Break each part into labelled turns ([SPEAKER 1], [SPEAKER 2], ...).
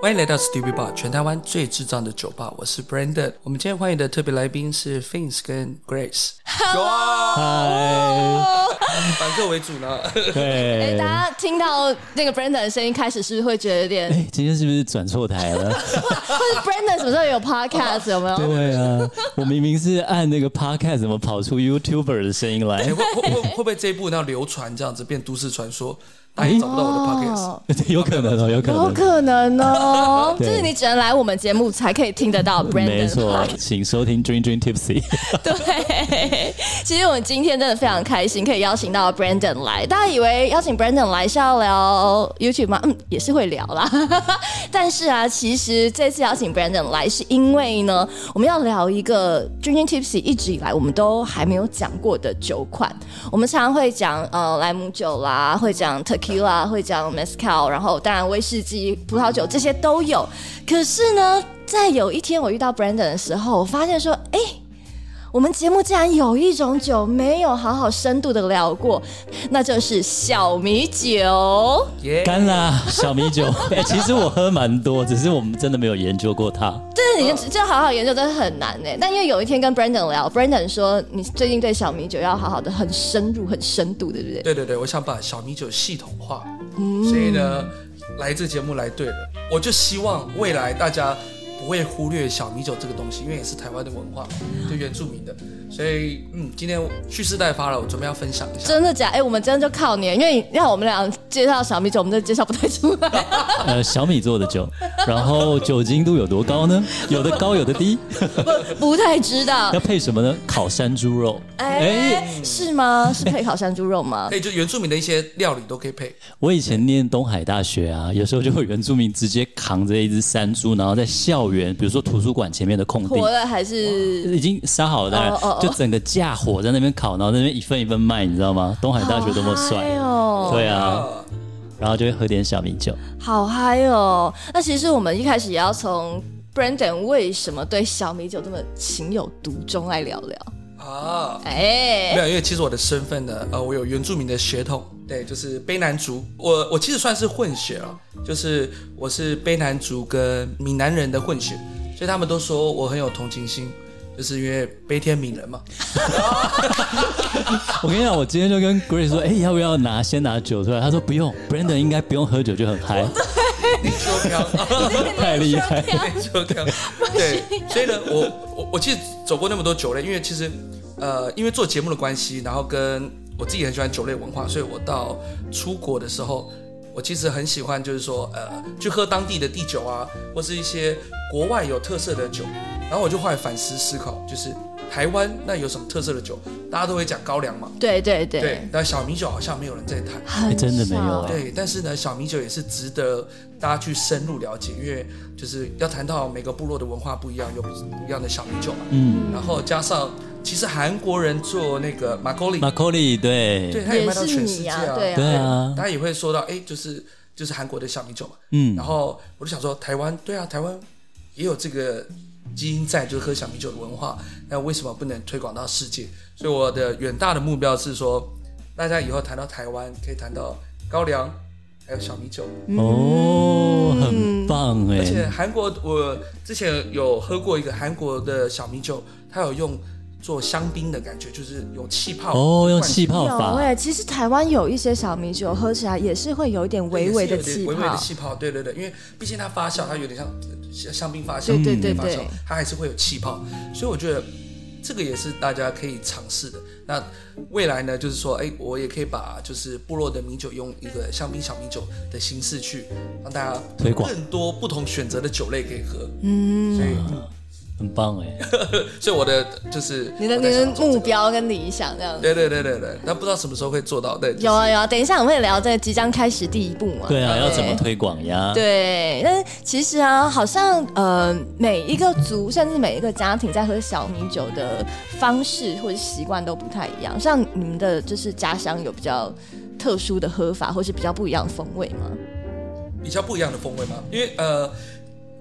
[SPEAKER 1] 欢迎来到 Stupid Bar，全台湾最智障的酒吧。我是 Brandon。我们今天欢迎的特别来宾是 Fins 跟 Grace。
[SPEAKER 2] 嗨，
[SPEAKER 1] 反客为主呢，
[SPEAKER 2] 对，
[SPEAKER 3] 哎，大家听到那个 Brandon 的声音，开始是不是会觉得有点？
[SPEAKER 2] 哎今天是不是转错台了？
[SPEAKER 3] 或者 Brandon 什么时候有 podcast 有没有？
[SPEAKER 2] 对啊，我明明是按那个 podcast，怎么跑出 YouTuber 的声音来
[SPEAKER 1] 哎？会会会会不会这一部然后流传这样子变都市传说？大家也找不到我的 podcast，
[SPEAKER 3] 哦
[SPEAKER 2] 有可能哦，有可
[SPEAKER 3] 有
[SPEAKER 2] 能。
[SPEAKER 3] 可能哦，就
[SPEAKER 2] 对
[SPEAKER 3] 是你只能来我们节目才可以听得到 Brandon。
[SPEAKER 2] 没错，请收听 Dream Dream Tipsy。
[SPEAKER 3] 对， 其实我们今天真的非常开心，可以邀请到 Brandon 来。大家以为邀请 Brandon 来是要聊 YouTube 吗？嗯，也是会聊啦。 但是啊，其实这次邀请 Brandon 来，是因为呢，我们要聊一个 Drinking Tipsy 一直以来我们都还没有讲过的酒款。我们常常会讲呃莱姆酒啦，会讲 Tequila，会讲 Mezcal，然后当然威士忌、葡萄酒这些都有。可是呢，在有一天我遇到 Brandon 的时候，我发现说，哎、我们节目竟然有一种酒没有好好深度的聊过，那就是小米酒。
[SPEAKER 1] 耶！
[SPEAKER 2] 干啦，小米酒。哎，其实我喝蛮多，只是我们真的没有研究过它。
[SPEAKER 3] 这
[SPEAKER 2] 嗯
[SPEAKER 3] 你这好好研究真的很难呢。但因为有一天跟 Brandon 聊，Brandon 说你最近对小米酒要好好的很深入、很深度，对不对？
[SPEAKER 1] 对对对，我想把小米酒系统化，所以呢，来这节目来对了，我就希望未来大家不会忽略小米酒这个东西，因为也是台湾的文化，就原住民的，所以嗯，今天蓄势待发了，我准备要分享一下。
[SPEAKER 3] 真的假？哎、我们真的就靠你，因为你让我们俩介绍小米酒，我们都介绍不太出来。
[SPEAKER 2] 呃，小米做的酒，然后酒精度有多高呢？有的高，有的低。
[SPEAKER 3] 不不太知道
[SPEAKER 2] 要。配什么呢？烤山猪肉。
[SPEAKER 3] 哎、
[SPEAKER 2] 哎，
[SPEAKER 3] 是吗？是配烤山猪 肉吗？
[SPEAKER 1] 哎，就原住民的一些料理都可以配，
[SPEAKER 2] 我以前念东海大学
[SPEAKER 3] 嗯
[SPEAKER 2] 啊，有时候就会原住民直接扛着一只山猪，然后在校园，比如说图书馆前面的空地，
[SPEAKER 3] 活的还是
[SPEAKER 2] 已经杀好了，当然
[SPEAKER 3] 哦哦哦
[SPEAKER 2] 就整个架火在那边烤，然后在那边一份一份卖，你知道吗？东海大学多么
[SPEAKER 3] 好嗨
[SPEAKER 2] 帅，
[SPEAKER 3] 哦！
[SPEAKER 2] 对啊，，然后就会喝点小米酒。
[SPEAKER 3] 好嗨哦！那其实我们一开始也要从 Brandon 为什么对小米酒这么情有独钟来聊聊。
[SPEAKER 1] 啊，
[SPEAKER 3] 哎、
[SPEAKER 1] 没有，因为其实我的身份呢，呃，我有原住民的血统，对，就是卑南族。我我其实算是混血了，就是我是卑南族跟闽南人的混血，所以他们都说我很有同情心，就是因为悲天悯人嘛。
[SPEAKER 2] 我跟你讲，我今天就跟 Grace 说，哎、要不要拿先拿酒出来？他说不用，Brandon 应该不用喝酒就很
[SPEAKER 3] 哦
[SPEAKER 2] 嗨，
[SPEAKER 1] 你说飘，
[SPEAKER 2] 太厉害。
[SPEAKER 1] 你说飘，对，所以呢，我我我其实走过那么多酒类，因为其实呃，因为做节目的关系，然后跟我自己很喜欢酒类文化，所以我到出国的时候，我其实很喜欢，就是说呃，去喝当地的地酒啊，或是一些国外有特色的酒，然后我就后来反思思考，就是台湾那有什么特色的酒？大家都会讲高粱嘛，
[SPEAKER 3] 对对对，
[SPEAKER 1] 对，但小米酒好像没有人在谈。
[SPEAKER 3] 很
[SPEAKER 2] 哎真的没有
[SPEAKER 3] 少
[SPEAKER 2] 哎
[SPEAKER 1] 对，但是呢，小米酒也是值得大家去深入了解，因为就是要谈到每个部落的文化不一样，有不一样的小米酒嘛。
[SPEAKER 2] 嗯
[SPEAKER 1] 然后加上，其实韩国人做那个马格利，
[SPEAKER 2] ，Macaulay
[SPEAKER 1] 对，
[SPEAKER 3] 啊
[SPEAKER 2] 对，
[SPEAKER 1] 他也卖到全世界
[SPEAKER 3] 也是米啊对啊
[SPEAKER 2] 对啊
[SPEAKER 1] 大家也会说到，哎，就是就是韩国的小米酒嘛。
[SPEAKER 2] 嗯
[SPEAKER 1] 然后我就想说，台湾对啊，台湾也有这个基因在，就是喝小米酒的文化，那为什么不能推广到世界？所以我的远大的目标是说，大家以后谈到台湾，可以谈到高粱，还有小米酒。
[SPEAKER 3] 嗯
[SPEAKER 2] 哦，很棒哎、
[SPEAKER 1] 而且韩国，我之前有喝过一个韩国的小米酒，它有用做香槟的感觉，就是有气泡
[SPEAKER 2] 哦，用气泡
[SPEAKER 3] 有
[SPEAKER 2] 法
[SPEAKER 3] 哎、其实台湾有一些小米酒喝起来也是会有一点微微的气
[SPEAKER 1] 微微的
[SPEAKER 3] 泡，
[SPEAKER 1] 气泡，对对对，因为毕竟它发酵，它有点像像香槟发酵，
[SPEAKER 3] 对对
[SPEAKER 1] 嗯
[SPEAKER 3] 对
[SPEAKER 1] 发酵
[SPEAKER 3] 对，
[SPEAKER 1] 它还是会有气泡，所以我觉得这个也是大家可以尝试的。那未来呢，就是说，哎，我也可以把就是部落的米酒用一个香槟小米酒的形式去让大家
[SPEAKER 2] 推广
[SPEAKER 1] 更多不同选择的酒类可以喝，嗯，所以
[SPEAKER 2] 很棒哎、
[SPEAKER 1] 所以我的就是
[SPEAKER 3] 你的
[SPEAKER 1] 我
[SPEAKER 3] 你
[SPEAKER 1] 在
[SPEAKER 3] 的
[SPEAKER 1] 想做这个，
[SPEAKER 3] 目标跟理想这样。
[SPEAKER 1] 对对对对对，那不知道什么时候会做到，对，就是
[SPEAKER 3] 有啊有啊，等一下我们会聊这即将开始第一步嘛。
[SPEAKER 2] 对啊，要怎么
[SPEAKER 3] 对
[SPEAKER 2] 推广
[SPEAKER 3] 啊
[SPEAKER 2] 呀？
[SPEAKER 3] 对，但其实啊，好像呃，每一个族甚至每一个家庭在喝小米酒的方式或者习惯都不太一样。像你们的就是家乡有比较特殊的喝法，或是比较不一样的风味吗？
[SPEAKER 1] 比较不一样的风味吗？因为呃，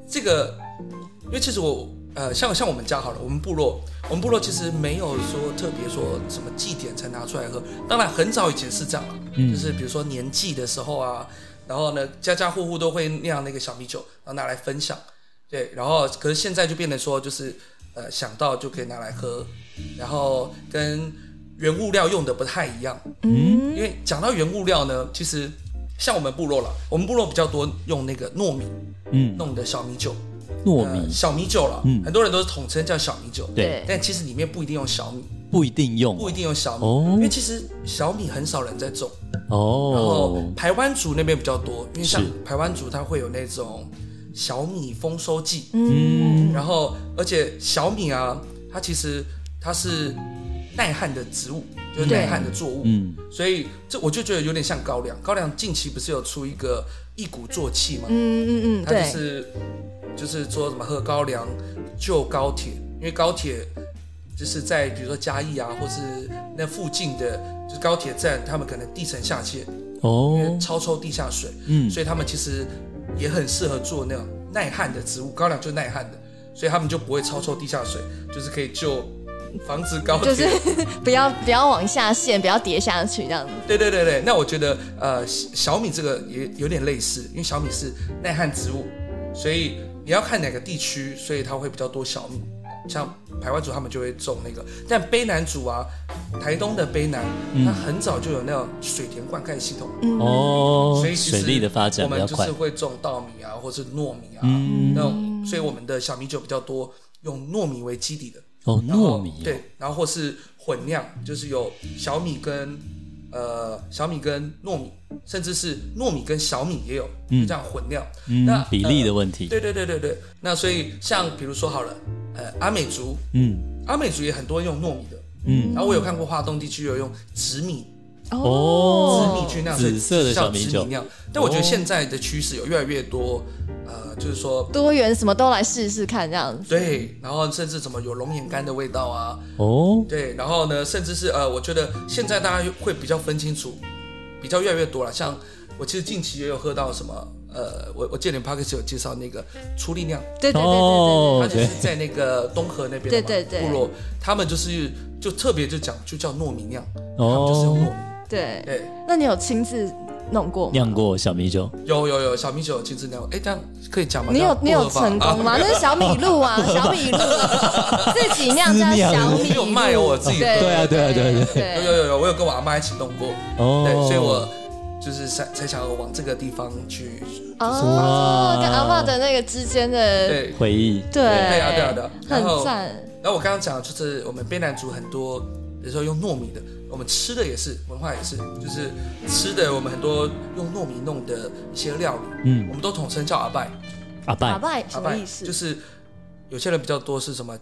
[SPEAKER 1] 这个，因为其实我呃，像像我们家好了，我们部落，我们部落其实没有说特别说什么祭典才拿出来喝，当然很早以前是这样了，就是比如说年祭的时候啊，然后呢，家家户户都会酿那个小米酒，然后拿来分享。对，然后可是现在就变成说，就是呃想到就可以拿来喝，然后跟原物料用的不太一样。
[SPEAKER 3] 嗯，
[SPEAKER 1] 因为讲到原物料呢，其实像我们部落了，我们部落比较多用那个糯米
[SPEAKER 2] 嗯，
[SPEAKER 1] 弄的小米酒，
[SPEAKER 2] 糯
[SPEAKER 1] 呃
[SPEAKER 2] 米
[SPEAKER 1] 小米酒了，
[SPEAKER 2] 嗯
[SPEAKER 1] 很多人都是统称叫小米酒，
[SPEAKER 2] 对
[SPEAKER 1] 但其实里面不一定用小米，
[SPEAKER 2] 不一定用
[SPEAKER 1] 不一定用小米，
[SPEAKER 2] 哦
[SPEAKER 1] 因为其实小米很少人在种，然后
[SPEAKER 2] 哦，
[SPEAKER 1] 台湾族那边比较多，因为像
[SPEAKER 2] 是
[SPEAKER 1] 台湾族它会有那种小米丰收季，
[SPEAKER 3] 嗯，
[SPEAKER 1] 然后而且小米啊，它其实它是耐旱的植物，就是耐旱的作物，
[SPEAKER 2] 嗯，
[SPEAKER 1] 所以这我就觉得有点像高粱。高粱近期不是有出一个一鼓作气吗？
[SPEAKER 3] 嗯嗯嗯，
[SPEAKER 1] 它就
[SPEAKER 3] 对，
[SPEAKER 1] 是就是说什么喝高粱救高铁，因为高铁就是在比如说嘉义啊，或是那附近的就是高铁站，他们可能地层下陷，因
[SPEAKER 3] 嗯
[SPEAKER 1] 为
[SPEAKER 2] 哦，
[SPEAKER 1] 超抽地下水，
[SPEAKER 2] 嗯，
[SPEAKER 1] 所以他们其实也很适合做那种耐旱的植物，高粱就是耐旱的，所以他们就不会超抽地下水，就是可以救防止高铁。
[SPEAKER 3] 就是嗯不要不要往下陷，不要跌下去这样子。
[SPEAKER 1] 对对对对，那我觉得呃，小小米这个也有点类似，因为小米是耐旱植物，所以你要看哪个地区，所以它会比较多小米。像台湾族他们就会种那个，但卑南族啊，台东的卑南，
[SPEAKER 2] 嗯
[SPEAKER 1] 它很早就有那种水田灌溉系统，
[SPEAKER 2] 哦
[SPEAKER 1] 所以，其实
[SPEAKER 2] 水利的发展
[SPEAKER 1] 我
[SPEAKER 2] 比
[SPEAKER 1] 们
[SPEAKER 2] 较
[SPEAKER 1] 就
[SPEAKER 2] 快
[SPEAKER 1] 是，会种稻米啊，或是糯米啊，
[SPEAKER 2] 嗯
[SPEAKER 1] 那种，所以我们的小米酒比较多用糯米为基底的，
[SPEAKER 2] 哦，
[SPEAKER 1] 然后
[SPEAKER 2] 糯米，，
[SPEAKER 1] 对，然后或是混酿，就是有小米跟呃小米跟糯米，甚至是糯米跟小米也有，就这样混酿。
[SPEAKER 2] 嗯
[SPEAKER 1] 那，
[SPEAKER 2] 比例的
[SPEAKER 1] 呃
[SPEAKER 2] 问题，
[SPEAKER 1] 对对对对对。那所以像比如说好了，呃，阿美族，
[SPEAKER 2] 嗯
[SPEAKER 1] 阿美族也很多用糯米的，
[SPEAKER 2] 嗯，
[SPEAKER 1] 然后我有看过华东地区有用紫米紫
[SPEAKER 2] 哦
[SPEAKER 1] 米去酿，
[SPEAKER 2] 紫色的
[SPEAKER 1] 叫
[SPEAKER 2] 小米
[SPEAKER 1] 紫
[SPEAKER 2] 酒
[SPEAKER 1] 米酿。但我觉得
[SPEAKER 2] 哦
[SPEAKER 1] 现在的趋势有越来越多，呃，就是说
[SPEAKER 3] 多元什么都来试试看这样子。
[SPEAKER 1] 对，然后甚至什么有龙眼干的味道啊，
[SPEAKER 2] 哦，
[SPEAKER 1] 对，然后呢，甚至是呃，我觉得现在大家会比较分清楚，比较越来越多了。像我其实近期也有喝到什么，呃，我我见你 p a r k e 有介绍那个初力酿，
[SPEAKER 3] 对对对对对
[SPEAKER 2] 哦
[SPEAKER 1] 它就是在那个东河那边的嘛
[SPEAKER 3] 对对对
[SPEAKER 1] 部落，他们就是就特别就讲就叫糯米酿，他们就是用糯米，
[SPEAKER 2] 哦，
[SPEAKER 3] 对对。
[SPEAKER 1] 对，
[SPEAKER 3] 那你有亲自弄过吗？
[SPEAKER 2] 酿过小米酒，
[SPEAKER 1] 有有有小米酒有亲自酿，哎，这样可以讲吗？
[SPEAKER 3] 你
[SPEAKER 1] 这
[SPEAKER 3] 有
[SPEAKER 1] 样
[SPEAKER 3] 你有
[SPEAKER 1] 不合法
[SPEAKER 3] 成 功吗？那是小米露啊，小米露啊自己酿叫小
[SPEAKER 1] 我
[SPEAKER 3] 米
[SPEAKER 1] 没
[SPEAKER 3] 露
[SPEAKER 1] 有卖哦，我自己喝。
[SPEAKER 2] 对啊对啊对啊对啊
[SPEAKER 1] 有有有有，我有跟我阿妈一起弄过，
[SPEAKER 2] 哦，
[SPEAKER 1] 对，所以我就是才才想要往这个地方去
[SPEAKER 3] 哦，
[SPEAKER 2] 哇
[SPEAKER 3] 跟阿嬷的那个之间的
[SPEAKER 1] 对
[SPEAKER 2] 回忆，
[SPEAKER 3] 对
[SPEAKER 1] 对啊对啊对啊然后
[SPEAKER 3] 很赞
[SPEAKER 1] 然后我刚刚讲的就是我们边南族很多，比如说用糯米的，我们吃的也是，文化也是，就是吃的我们很多用糯米弄的一些料理，
[SPEAKER 2] 嗯
[SPEAKER 1] 我们都统称叫阿拜。
[SPEAKER 2] 阿
[SPEAKER 3] 阿
[SPEAKER 2] 拜，
[SPEAKER 3] 拜
[SPEAKER 1] 阿
[SPEAKER 3] 什么
[SPEAKER 1] 拜
[SPEAKER 3] 意思？
[SPEAKER 1] 就是有些人比较多是什么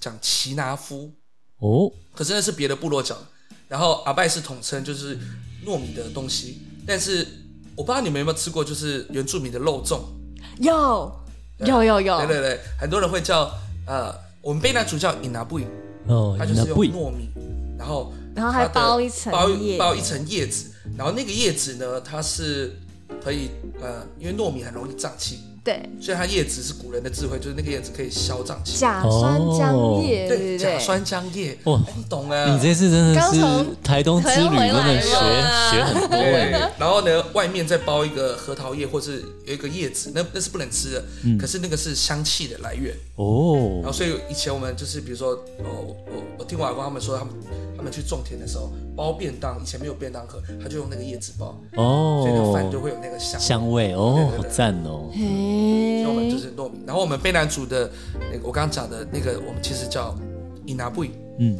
[SPEAKER 1] 讲奇拿夫，
[SPEAKER 2] 哦，
[SPEAKER 1] 可是那是别的部落讲的，然后阿拜是统称就是糯米的东西，但是我不知道你们有没有吃过，就是原住民的肉粽。
[SPEAKER 3] 有有有有
[SPEAKER 1] 对对对，很多人会叫呃，我们被那主叫引拿布引，
[SPEAKER 2] 哦
[SPEAKER 1] 它，就是
[SPEAKER 2] 那
[SPEAKER 1] 用
[SPEAKER 2] 不一，
[SPEAKER 1] 糯米，然后
[SPEAKER 3] 然后还
[SPEAKER 1] 它的
[SPEAKER 3] 包一层
[SPEAKER 1] 包
[SPEAKER 3] 叶
[SPEAKER 1] 包一层叶子，然后那个叶子呢，它是可以呃，因为糯米很容易胀气，
[SPEAKER 3] 对，
[SPEAKER 1] 所以它叶子是古人的智慧，就是那个叶子可以消胀气。
[SPEAKER 3] 甲酸浆
[SPEAKER 1] 哦对
[SPEAKER 3] 液，对
[SPEAKER 1] 甲
[SPEAKER 3] 对。
[SPEAKER 1] 酸浆液，
[SPEAKER 2] 哇
[SPEAKER 1] 哎你懂啊？
[SPEAKER 2] 哦你这次真的
[SPEAKER 3] 刚
[SPEAKER 2] 是
[SPEAKER 3] 从
[SPEAKER 2] 台东之旅，真的学
[SPEAKER 3] 回来
[SPEAKER 2] 学很多
[SPEAKER 1] 对
[SPEAKER 2] 哎，，
[SPEAKER 1] 然后呢，外面再包一个核桃叶，或是有一个叶子，那那是不能吃的，
[SPEAKER 2] 嗯
[SPEAKER 1] 可是那个是香气的来源。然
[SPEAKER 2] 哦
[SPEAKER 1] 后，所以以前我们就是比如说，哦，我我听我阿公他们说，他们他们去种田的时候包便当，以前没有便当盒，他就用那个叶子包，所以那个饭就
[SPEAKER 2] 哦，
[SPEAKER 1] 会有那个香。
[SPEAKER 2] 香味哦，
[SPEAKER 1] 对对对
[SPEAKER 2] 好赞哦，
[SPEAKER 1] 所以我们就
[SPEAKER 3] 嘿，
[SPEAKER 1] 是糯米，然后我们卑南族的那个我刚刚讲的那个，我们其实叫伊拿布
[SPEAKER 2] 嗯，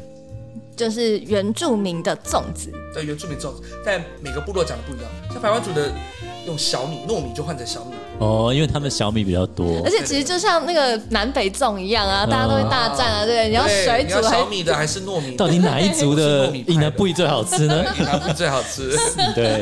[SPEAKER 3] 就是原住民的粽子，
[SPEAKER 1] 在原住民种，但每个部落讲的不一样。像台湾族的用小米糯米就换成小米，
[SPEAKER 2] 哦，因为他们小米比较多
[SPEAKER 1] 哎
[SPEAKER 3] 而，且其实就像那个南北粽一样啊，大家都会大战啊，对，你要
[SPEAKER 1] 对
[SPEAKER 3] 水
[SPEAKER 1] 你
[SPEAKER 3] 煮
[SPEAKER 1] 要
[SPEAKER 3] 还
[SPEAKER 1] 小米的还是糯米的？
[SPEAKER 2] 到底哪一族
[SPEAKER 1] 我是糯
[SPEAKER 2] 的
[SPEAKER 1] 米派的
[SPEAKER 2] 印南布最好吃 呢？
[SPEAKER 1] 伊拿布最好吃？
[SPEAKER 2] 对，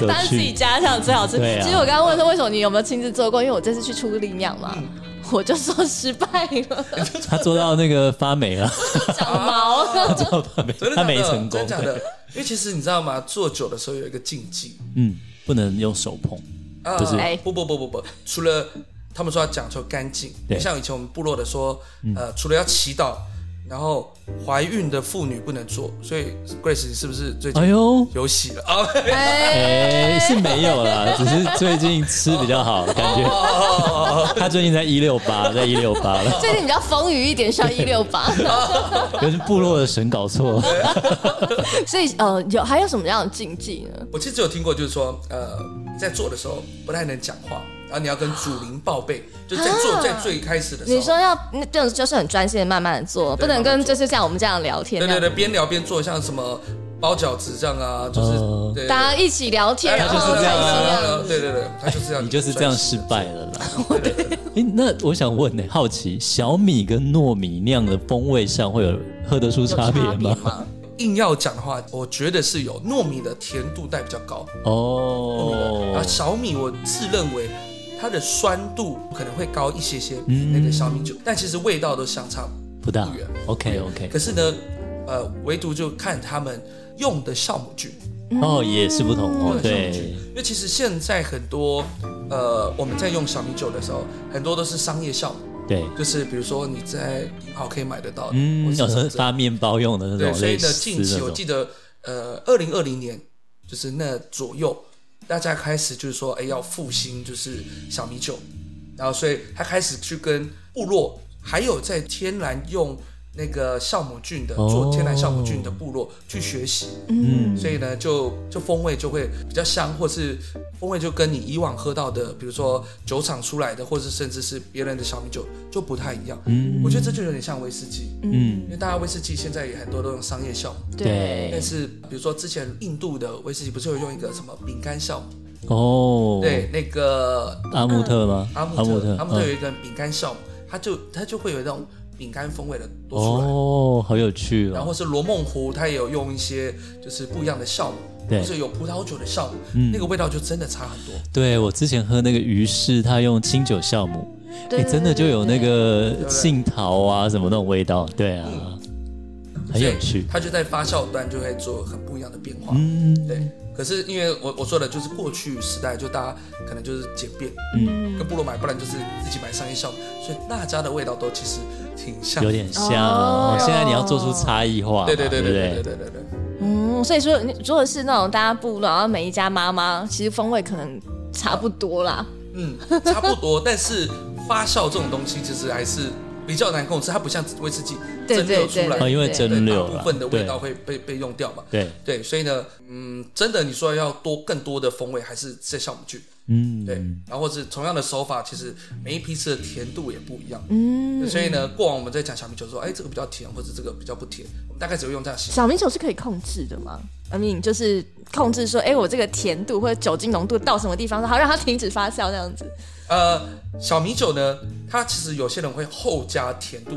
[SPEAKER 2] 有
[SPEAKER 3] 当然自己
[SPEAKER 2] 趣，
[SPEAKER 3] 家乡最好吃。
[SPEAKER 2] 对啊
[SPEAKER 3] 其实我刚刚问说为什么你有没有亲自做过，因为我这次去出力酿嘛，
[SPEAKER 2] 嗯
[SPEAKER 3] 我就说失败 了，
[SPEAKER 2] 他做到那个发霉 了，
[SPEAKER 3] 长毛。
[SPEAKER 2] 做到发霉
[SPEAKER 1] 真，的
[SPEAKER 2] 他
[SPEAKER 1] 假
[SPEAKER 2] 没
[SPEAKER 1] 的？
[SPEAKER 2] 成功
[SPEAKER 1] 真的，假的？因为其实你知道吗？做酒的时候有一个禁忌，
[SPEAKER 2] 嗯，不能用手碰，
[SPEAKER 1] 啊
[SPEAKER 2] 就是
[SPEAKER 3] 哎
[SPEAKER 1] 不不不不不，除了他们说要讲究干净，
[SPEAKER 2] 对嗯
[SPEAKER 1] 像以前我们部落的说，呃，除了要祈祷，然后怀孕的妇女不能做，所以 Grace 你是不是最
[SPEAKER 2] 哎
[SPEAKER 1] 近
[SPEAKER 2] 呦，
[SPEAKER 1] 有喜了啊？
[SPEAKER 2] 哎、是没有啦，只是最近吃比较好，感觉
[SPEAKER 1] 哦
[SPEAKER 2] 他最近在一六八，在一六八了，
[SPEAKER 3] 最近比较风雨一点，上一 六八。
[SPEAKER 2] 有点部落的神搞错，
[SPEAKER 3] 所以呃，有还有什么样的禁忌呢？
[SPEAKER 1] 我其实只有听过，就是说，呃，你在做的时候不太能讲话，然后你要跟主灵报备，就在做
[SPEAKER 3] 啊
[SPEAKER 1] 在最开始的时候，
[SPEAKER 3] 你说要那这种就是很专心的慢慢的做，不
[SPEAKER 1] 慢
[SPEAKER 3] 能
[SPEAKER 1] 慢
[SPEAKER 3] 跟
[SPEAKER 1] 地做
[SPEAKER 3] 就是像我们这样聊天
[SPEAKER 1] 对
[SPEAKER 3] 那
[SPEAKER 1] 对
[SPEAKER 3] 样，
[SPEAKER 1] 对，边聊边做，像什么包饺子这样啊，就是、
[SPEAKER 2] 哦
[SPEAKER 1] 对对对
[SPEAKER 3] 大家一起聊天，然
[SPEAKER 2] 他
[SPEAKER 3] 后
[SPEAKER 2] 就是这样啊
[SPEAKER 3] 才行
[SPEAKER 1] 对对对，他哎就是这样，
[SPEAKER 2] 你就是这样失败了啦。
[SPEAKER 1] 对。对对对
[SPEAKER 2] 哎、那我想问呢、好奇小米跟糯米酿的风味上会有喝得出
[SPEAKER 3] 有
[SPEAKER 2] 差别吗？
[SPEAKER 3] 吗？
[SPEAKER 1] 啊硬要讲的话，我觉得是有糯米的甜度带比较高，然
[SPEAKER 2] 哦
[SPEAKER 1] 后，小米我自认为它的酸度可能会高一些些，那个小米酒，但其实味道都相差
[SPEAKER 2] 不大
[SPEAKER 1] 不远。
[SPEAKER 2] ，OK OK，
[SPEAKER 1] 可是呢，呃，唯独就看他们用的酵母菌，
[SPEAKER 2] 哦，也是不同
[SPEAKER 1] 嗯
[SPEAKER 2] 哦，对，
[SPEAKER 1] 因为其实现在很多呃我们在用小米酒的时候，很多都是商业酵母，
[SPEAKER 2] 对，
[SPEAKER 1] 就是比如说你在银行可以买得到的，
[SPEAKER 2] 嗯，
[SPEAKER 1] 或
[SPEAKER 2] 有时候
[SPEAKER 1] 是
[SPEAKER 2] 发面包用的那
[SPEAKER 1] 对，
[SPEAKER 2] 种
[SPEAKER 1] 所以
[SPEAKER 2] 类
[SPEAKER 1] 呢，近
[SPEAKER 2] 似
[SPEAKER 1] 期我
[SPEAKER 2] 那
[SPEAKER 1] 记
[SPEAKER 2] 种，
[SPEAKER 1] 得，呃，二零二零年就是那左右，大家开始就是说，哎，要复兴就是小米酒，然后所以他开始去跟部落，还有在天然用那个酵母菌的、
[SPEAKER 2] 哦
[SPEAKER 1] 做天然酵母菌的部落去学习，
[SPEAKER 2] 嗯
[SPEAKER 1] 所以呢，就就风味就会比较香，或是风味就跟你以往喝到的，比如说酒厂出来的，或是甚至是别人的小米酒就不太一样。
[SPEAKER 2] 嗯
[SPEAKER 1] 我觉得这就有点像威士忌。
[SPEAKER 2] 嗯
[SPEAKER 1] 因为大家威士忌现在也很多都用商业酵母，但
[SPEAKER 2] 对
[SPEAKER 3] 对，
[SPEAKER 1] 是比如说之前印度的威士忌不是有用一个什么饼干酵母？
[SPEAKER 2] 哦，
[SPEAKER 1] 对，，那个
[SPEAKER 2] 阿姆特吗？
[SPEAKER 1] 阿姆特，阿姆特有
[SPEAKER 2] 嗯
[SPEAKER 1] 一个饼干酵母，它就它就会有那种饼干风味的多出来。
[SPEAKER 2] 哦，好有趣
[SPEAKER 1] 然
[SPEAKER 2] 哦，
[SPEAKER 1] 后是罗梦湖，它也有用一些就是不一样的酵母，
[SPEAKER 2] 对嗯
[SPEAKER 1] 或者有葡萄酒的酵母，那个味道就真的差很多。
[SPEAKER 2] 对我之前喝那个鱼是它用清酒酵母，哎，真的就有那个杏桃啊什么那种味道，对啊，
[SPEAKER 1] 嗯
[SPEAKER 2] 很有
[SPEAKER 1] 所以
[SPEAKER 2] 趣，
[SPEAKER 1] 它就在发酵端就会做很不一样的变化。
[SPEAKER 2] 嗯
[SPEAKER 1] 对，可是因为我我说的就是过去时代，就大家可能就是简便，
[SPEAKER 2] 嗯，
[SPEAKER 1] 跟部落买，不然就是自己买商业酵母，所以大家的味道都其实挺像的。
[SPEAKER 2] 有点像哦
[SPEAKER 3] 哦，
[SPEAKER 2] 现在你要做出差异化嘛，
[SPEAKER 1] 对对对
[SPEAKER 2] 不
[SPEAKER 1] 对对对对对对，
[SPEAKER 3] 嗯，所以说你如果是那种大家部落，然后每一家妈妈，其实风味可能差不多啦。
[SPEAKER 1] 嗯， 差不多。但是发酵这种东西其实还是比较难控制，它不像威士忌
[SPEAKER 3] 对
[SPEAKER 1] 蒸馏
[SPEAKER 3] 对
[SPEAKER 1] 出
[SPEAKER 3] 对
[SPEAKER 1] 来，
[SPEAKER 2] 哦，因为
[SPEAKER 1] 对
[SPEAKER 2] 蒸馏
[SPEAKER 1] 大
[SPEAKER 2] 了，
[SPEAKER 1] 部分的味道
[SPEAKER 2] 对
[SPEAKER 1] 会被被用掉嘛。
[SPEAKER 2] 对，
[SPEAKER 1] 对，所以呢，嗯，真的你说要多更多的风味，还是在酵母菌。
[SPEAKER 2] 嗯，
[SPEAKER 1] 对，然后或是同样的手法，其实每一批次的甜度也不一样。嗯，所以呢，过往我们在讲小米酒说，哎，这个比较甜，或者这个比较不甜，我们大概只会用这样形容
[SPEAKER 3] 小米酒是可以控制的吗？I mean，就是控制说，哎、我这个甜度或者酒精浓度到什么地方，好让它停止发酵这样子。
[SPEAKER 1] 呃，小米酒呢，它其实有些人会后加甜度，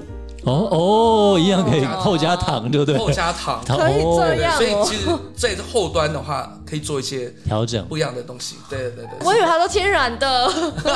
[SPEAKER 2] 哦哦，一样可以后加糖，对不对？
[SPEAKER 1] 后加糖，
[SPEAKER 2] 糖
[SPEAKER 3] 可以这
[SPEAKER 2] 哦，
[SPEAKER 3] 样
[SPEAKER 1] 所以
[SPEAKER 3] 哦
[SPEAKER 1] 其实在这后端的话，可以做一些
[SPEAKER 2] 调整
[SPEAKER 1] 不。一样的东西。对对对对，
[SPEAKER 3] 我以为它都天然的，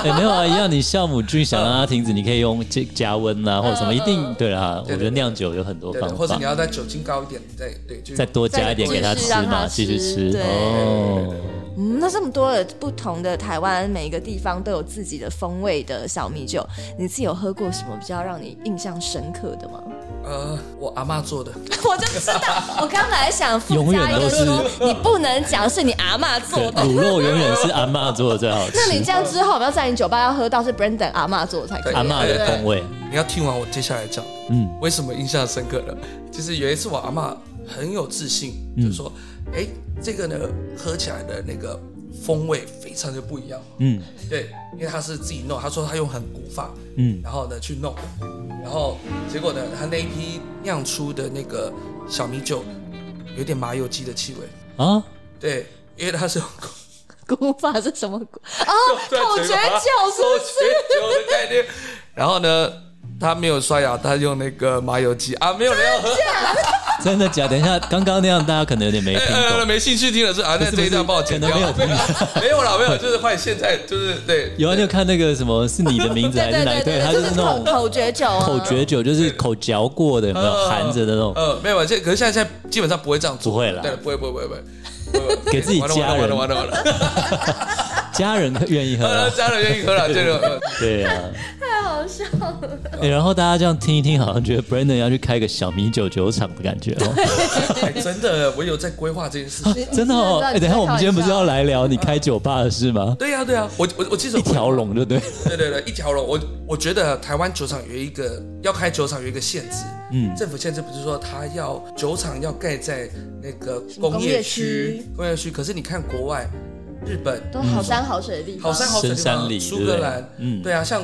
[SPEAKER 2] 哎，没有啊，一样。你酵母菌想让它停止，你可以用加加温
[SPEAKER 1] 嗯
[SPEAKER 2] 啊，或者什么，一定对啊啦。我
[SPEAKER 1] 对
[SPEAKER 2] 觉得酿酒有很多
[SPEAKER 1] 对
[SPEAKER 2] 方
[SPEAKER 1] 对，或者
[SPEAKER 2] 法
[SPEAKER 1] 你，要在酒精高一点，再对就
[SPEAKER 2] 再多加一点给它吃嘛，
[SPEAKER 3] 再
[SPEAKER 2] 继
[SPEAKER 3] 继
[SPEAKER 2] 续
[SPEAKER 3] 续
[SPEAKER 2] 吃
[SPEAKER 3] 让它吃对
[SPEAKER 2] 哦。
[SPEAKER 3] 嗯，那这么多的不同的台湾，每一个地方都有自己的风味的小米酒，你自己有喝过什么比较让你印象深刻的吗？
[SPEAKER 1] 呃，我阿妈做的，
[SPEAKER 3] 我就知道，我刚本来想附
[SPEAKER 2] 永
[SPEAKER 3] 加
[SPEAKER 2] 远
[SPEAKER 3] 一
[SPEAKER 2] 都
[SPEAKER 3] 个
[SPEAKER 2] 是
[SPEAKER 3] 说，你不能讲是你阿嬷
[SPEAKER 2] 对，
[SPEAKER 3] 做的。
[SPEAKER 2] 卤肉永远是阿嬷做的最好吃
[SPEAKER 3] 那，你这样之后，我们要在你酒吧要喝到是 Brandon 阿嬷做的才可以。
[SPEAKER 2] 阿嬷的风味，
[SPEAKER 1] 你要听完我接下来讲，
[SPEAKER 2] 嗯，
[SPEAKER 1] 为什么印象深刻呢？就是有一次我阿妈很有自信，就说，哎，这个呢喝起来的那个风味非常的不一样，
[SPEAKER 2] 嗯
[SPEAKER 1] 对，因为他是自己弄，他说他用很古法，
[SPEAKER 2] 嗯，
[SPEAKER 1] 然后呢去弄，然后结果呢，他那一批酿出的那个小米酒有点麻油鸡的气味，
[SPEAKER 2] 啊，
[SPEAKER 1] 对，因为它是用
[SPEAKER 3] 古法是什么古？哦，
[SPEAKER 1] 口
[SPEAKER 3] 口诀酒是
[SPEAKER 1] 口诀酒的概念。然后呢，他没有刷牙，他用那个麻油鸡啊，没有人要喝，
[SPEAKER 2] 真的假？等一下，刚刚那样大家可能有点没听
[SPEAKER 1] 呃，
[SPEAKER 2] 懂，
[SPEAKER 1] 没兴趣听了是啊，那
[SPEAKER 2] 是
[SPEAKER 1] 这一段帮我剪掉，
[SPEAKER 2] 可能没有听
[SPEAKER 1] 没有啦，没有，就是换现在就是对，
[SPEAKER 2] 有啊，你有看那个什么是你的名字还是哪一对？它
[SPEAKER 3] 就是是
[SPEAKER 2] 那
[SPEAKER 3] 口
[SPEAKER 2] 种
[SPEAKER 3] 口诀酒啊。
[SPEAKER 2] 口诀酒，就是口嚼过的，有没有含着的那种？
[SPEAKER 1] 呃，没有，这可是现在现在基本上不会这样做，
[SPEAKER 2] 不会啦啊
[SPEAKER 1] 对，不会不会不会不会不会，不会
[SPEAKER 2] 给自己
[SPEAKER 1] 完了完了
[SPEAKER 2] 家人
[SPEAKER 1] 完了完了完了，
[SPEAKER 2] 家人愿意喝
[SPEAKER 1] 呃
[SPEAKER 2] 啊，
[SPEAKER 1] 家人愿意喝了，这个呃
[SPEAKER 2] 对啊，
[SPEAKER 3] 好笑了。
[SPEAKER 2] 哎然后大家这样听一听，好像觉得 Brandon 要去开个小米酒酒厂的感觉哦，
[SPEAKER 1] 哎，真的，我有在规划这件事情。
[SPEAKER 2] 真的哦。哎，
[SPEAKER 3] 你
[SPEAKER 2] 等一下我们今天不是要
[SPEAKER 3] 来？
[SPEAKER 2] 来聊你开酒吧的事吗？
[SPEAKER 1] 对呀、对呀、我我我记得
[SPEAKER 2] 嗯一
[SPEAKER 1] 我
[SPEAKER 2] 条龙就对了，
[SPEAKER 1] 对对 对，一条龙。我我觉得台湾酒厂有一个要开酒厂有一个限制，嗯，政府限制不是说它要酒厂要盖在那个工业区
[SPEAKER 3] 什，
[SPEAKER 1] 工业区。可是你看国外，日本
[SPEAKER 3] 都
[SPEAKER 2] 嗯
[SPEAKER 3] 好山好水的地方，
[SPEAKER 1] 好山好水的地
[SPEAKER 2] 深山里
[SPEAKER 1] 方，苏格
[SPEAKER 2] 对
[SPEAKER 1] 兰
[SPEAKER 2] 不对，嗯
[SPEAKER 1] 对啊，像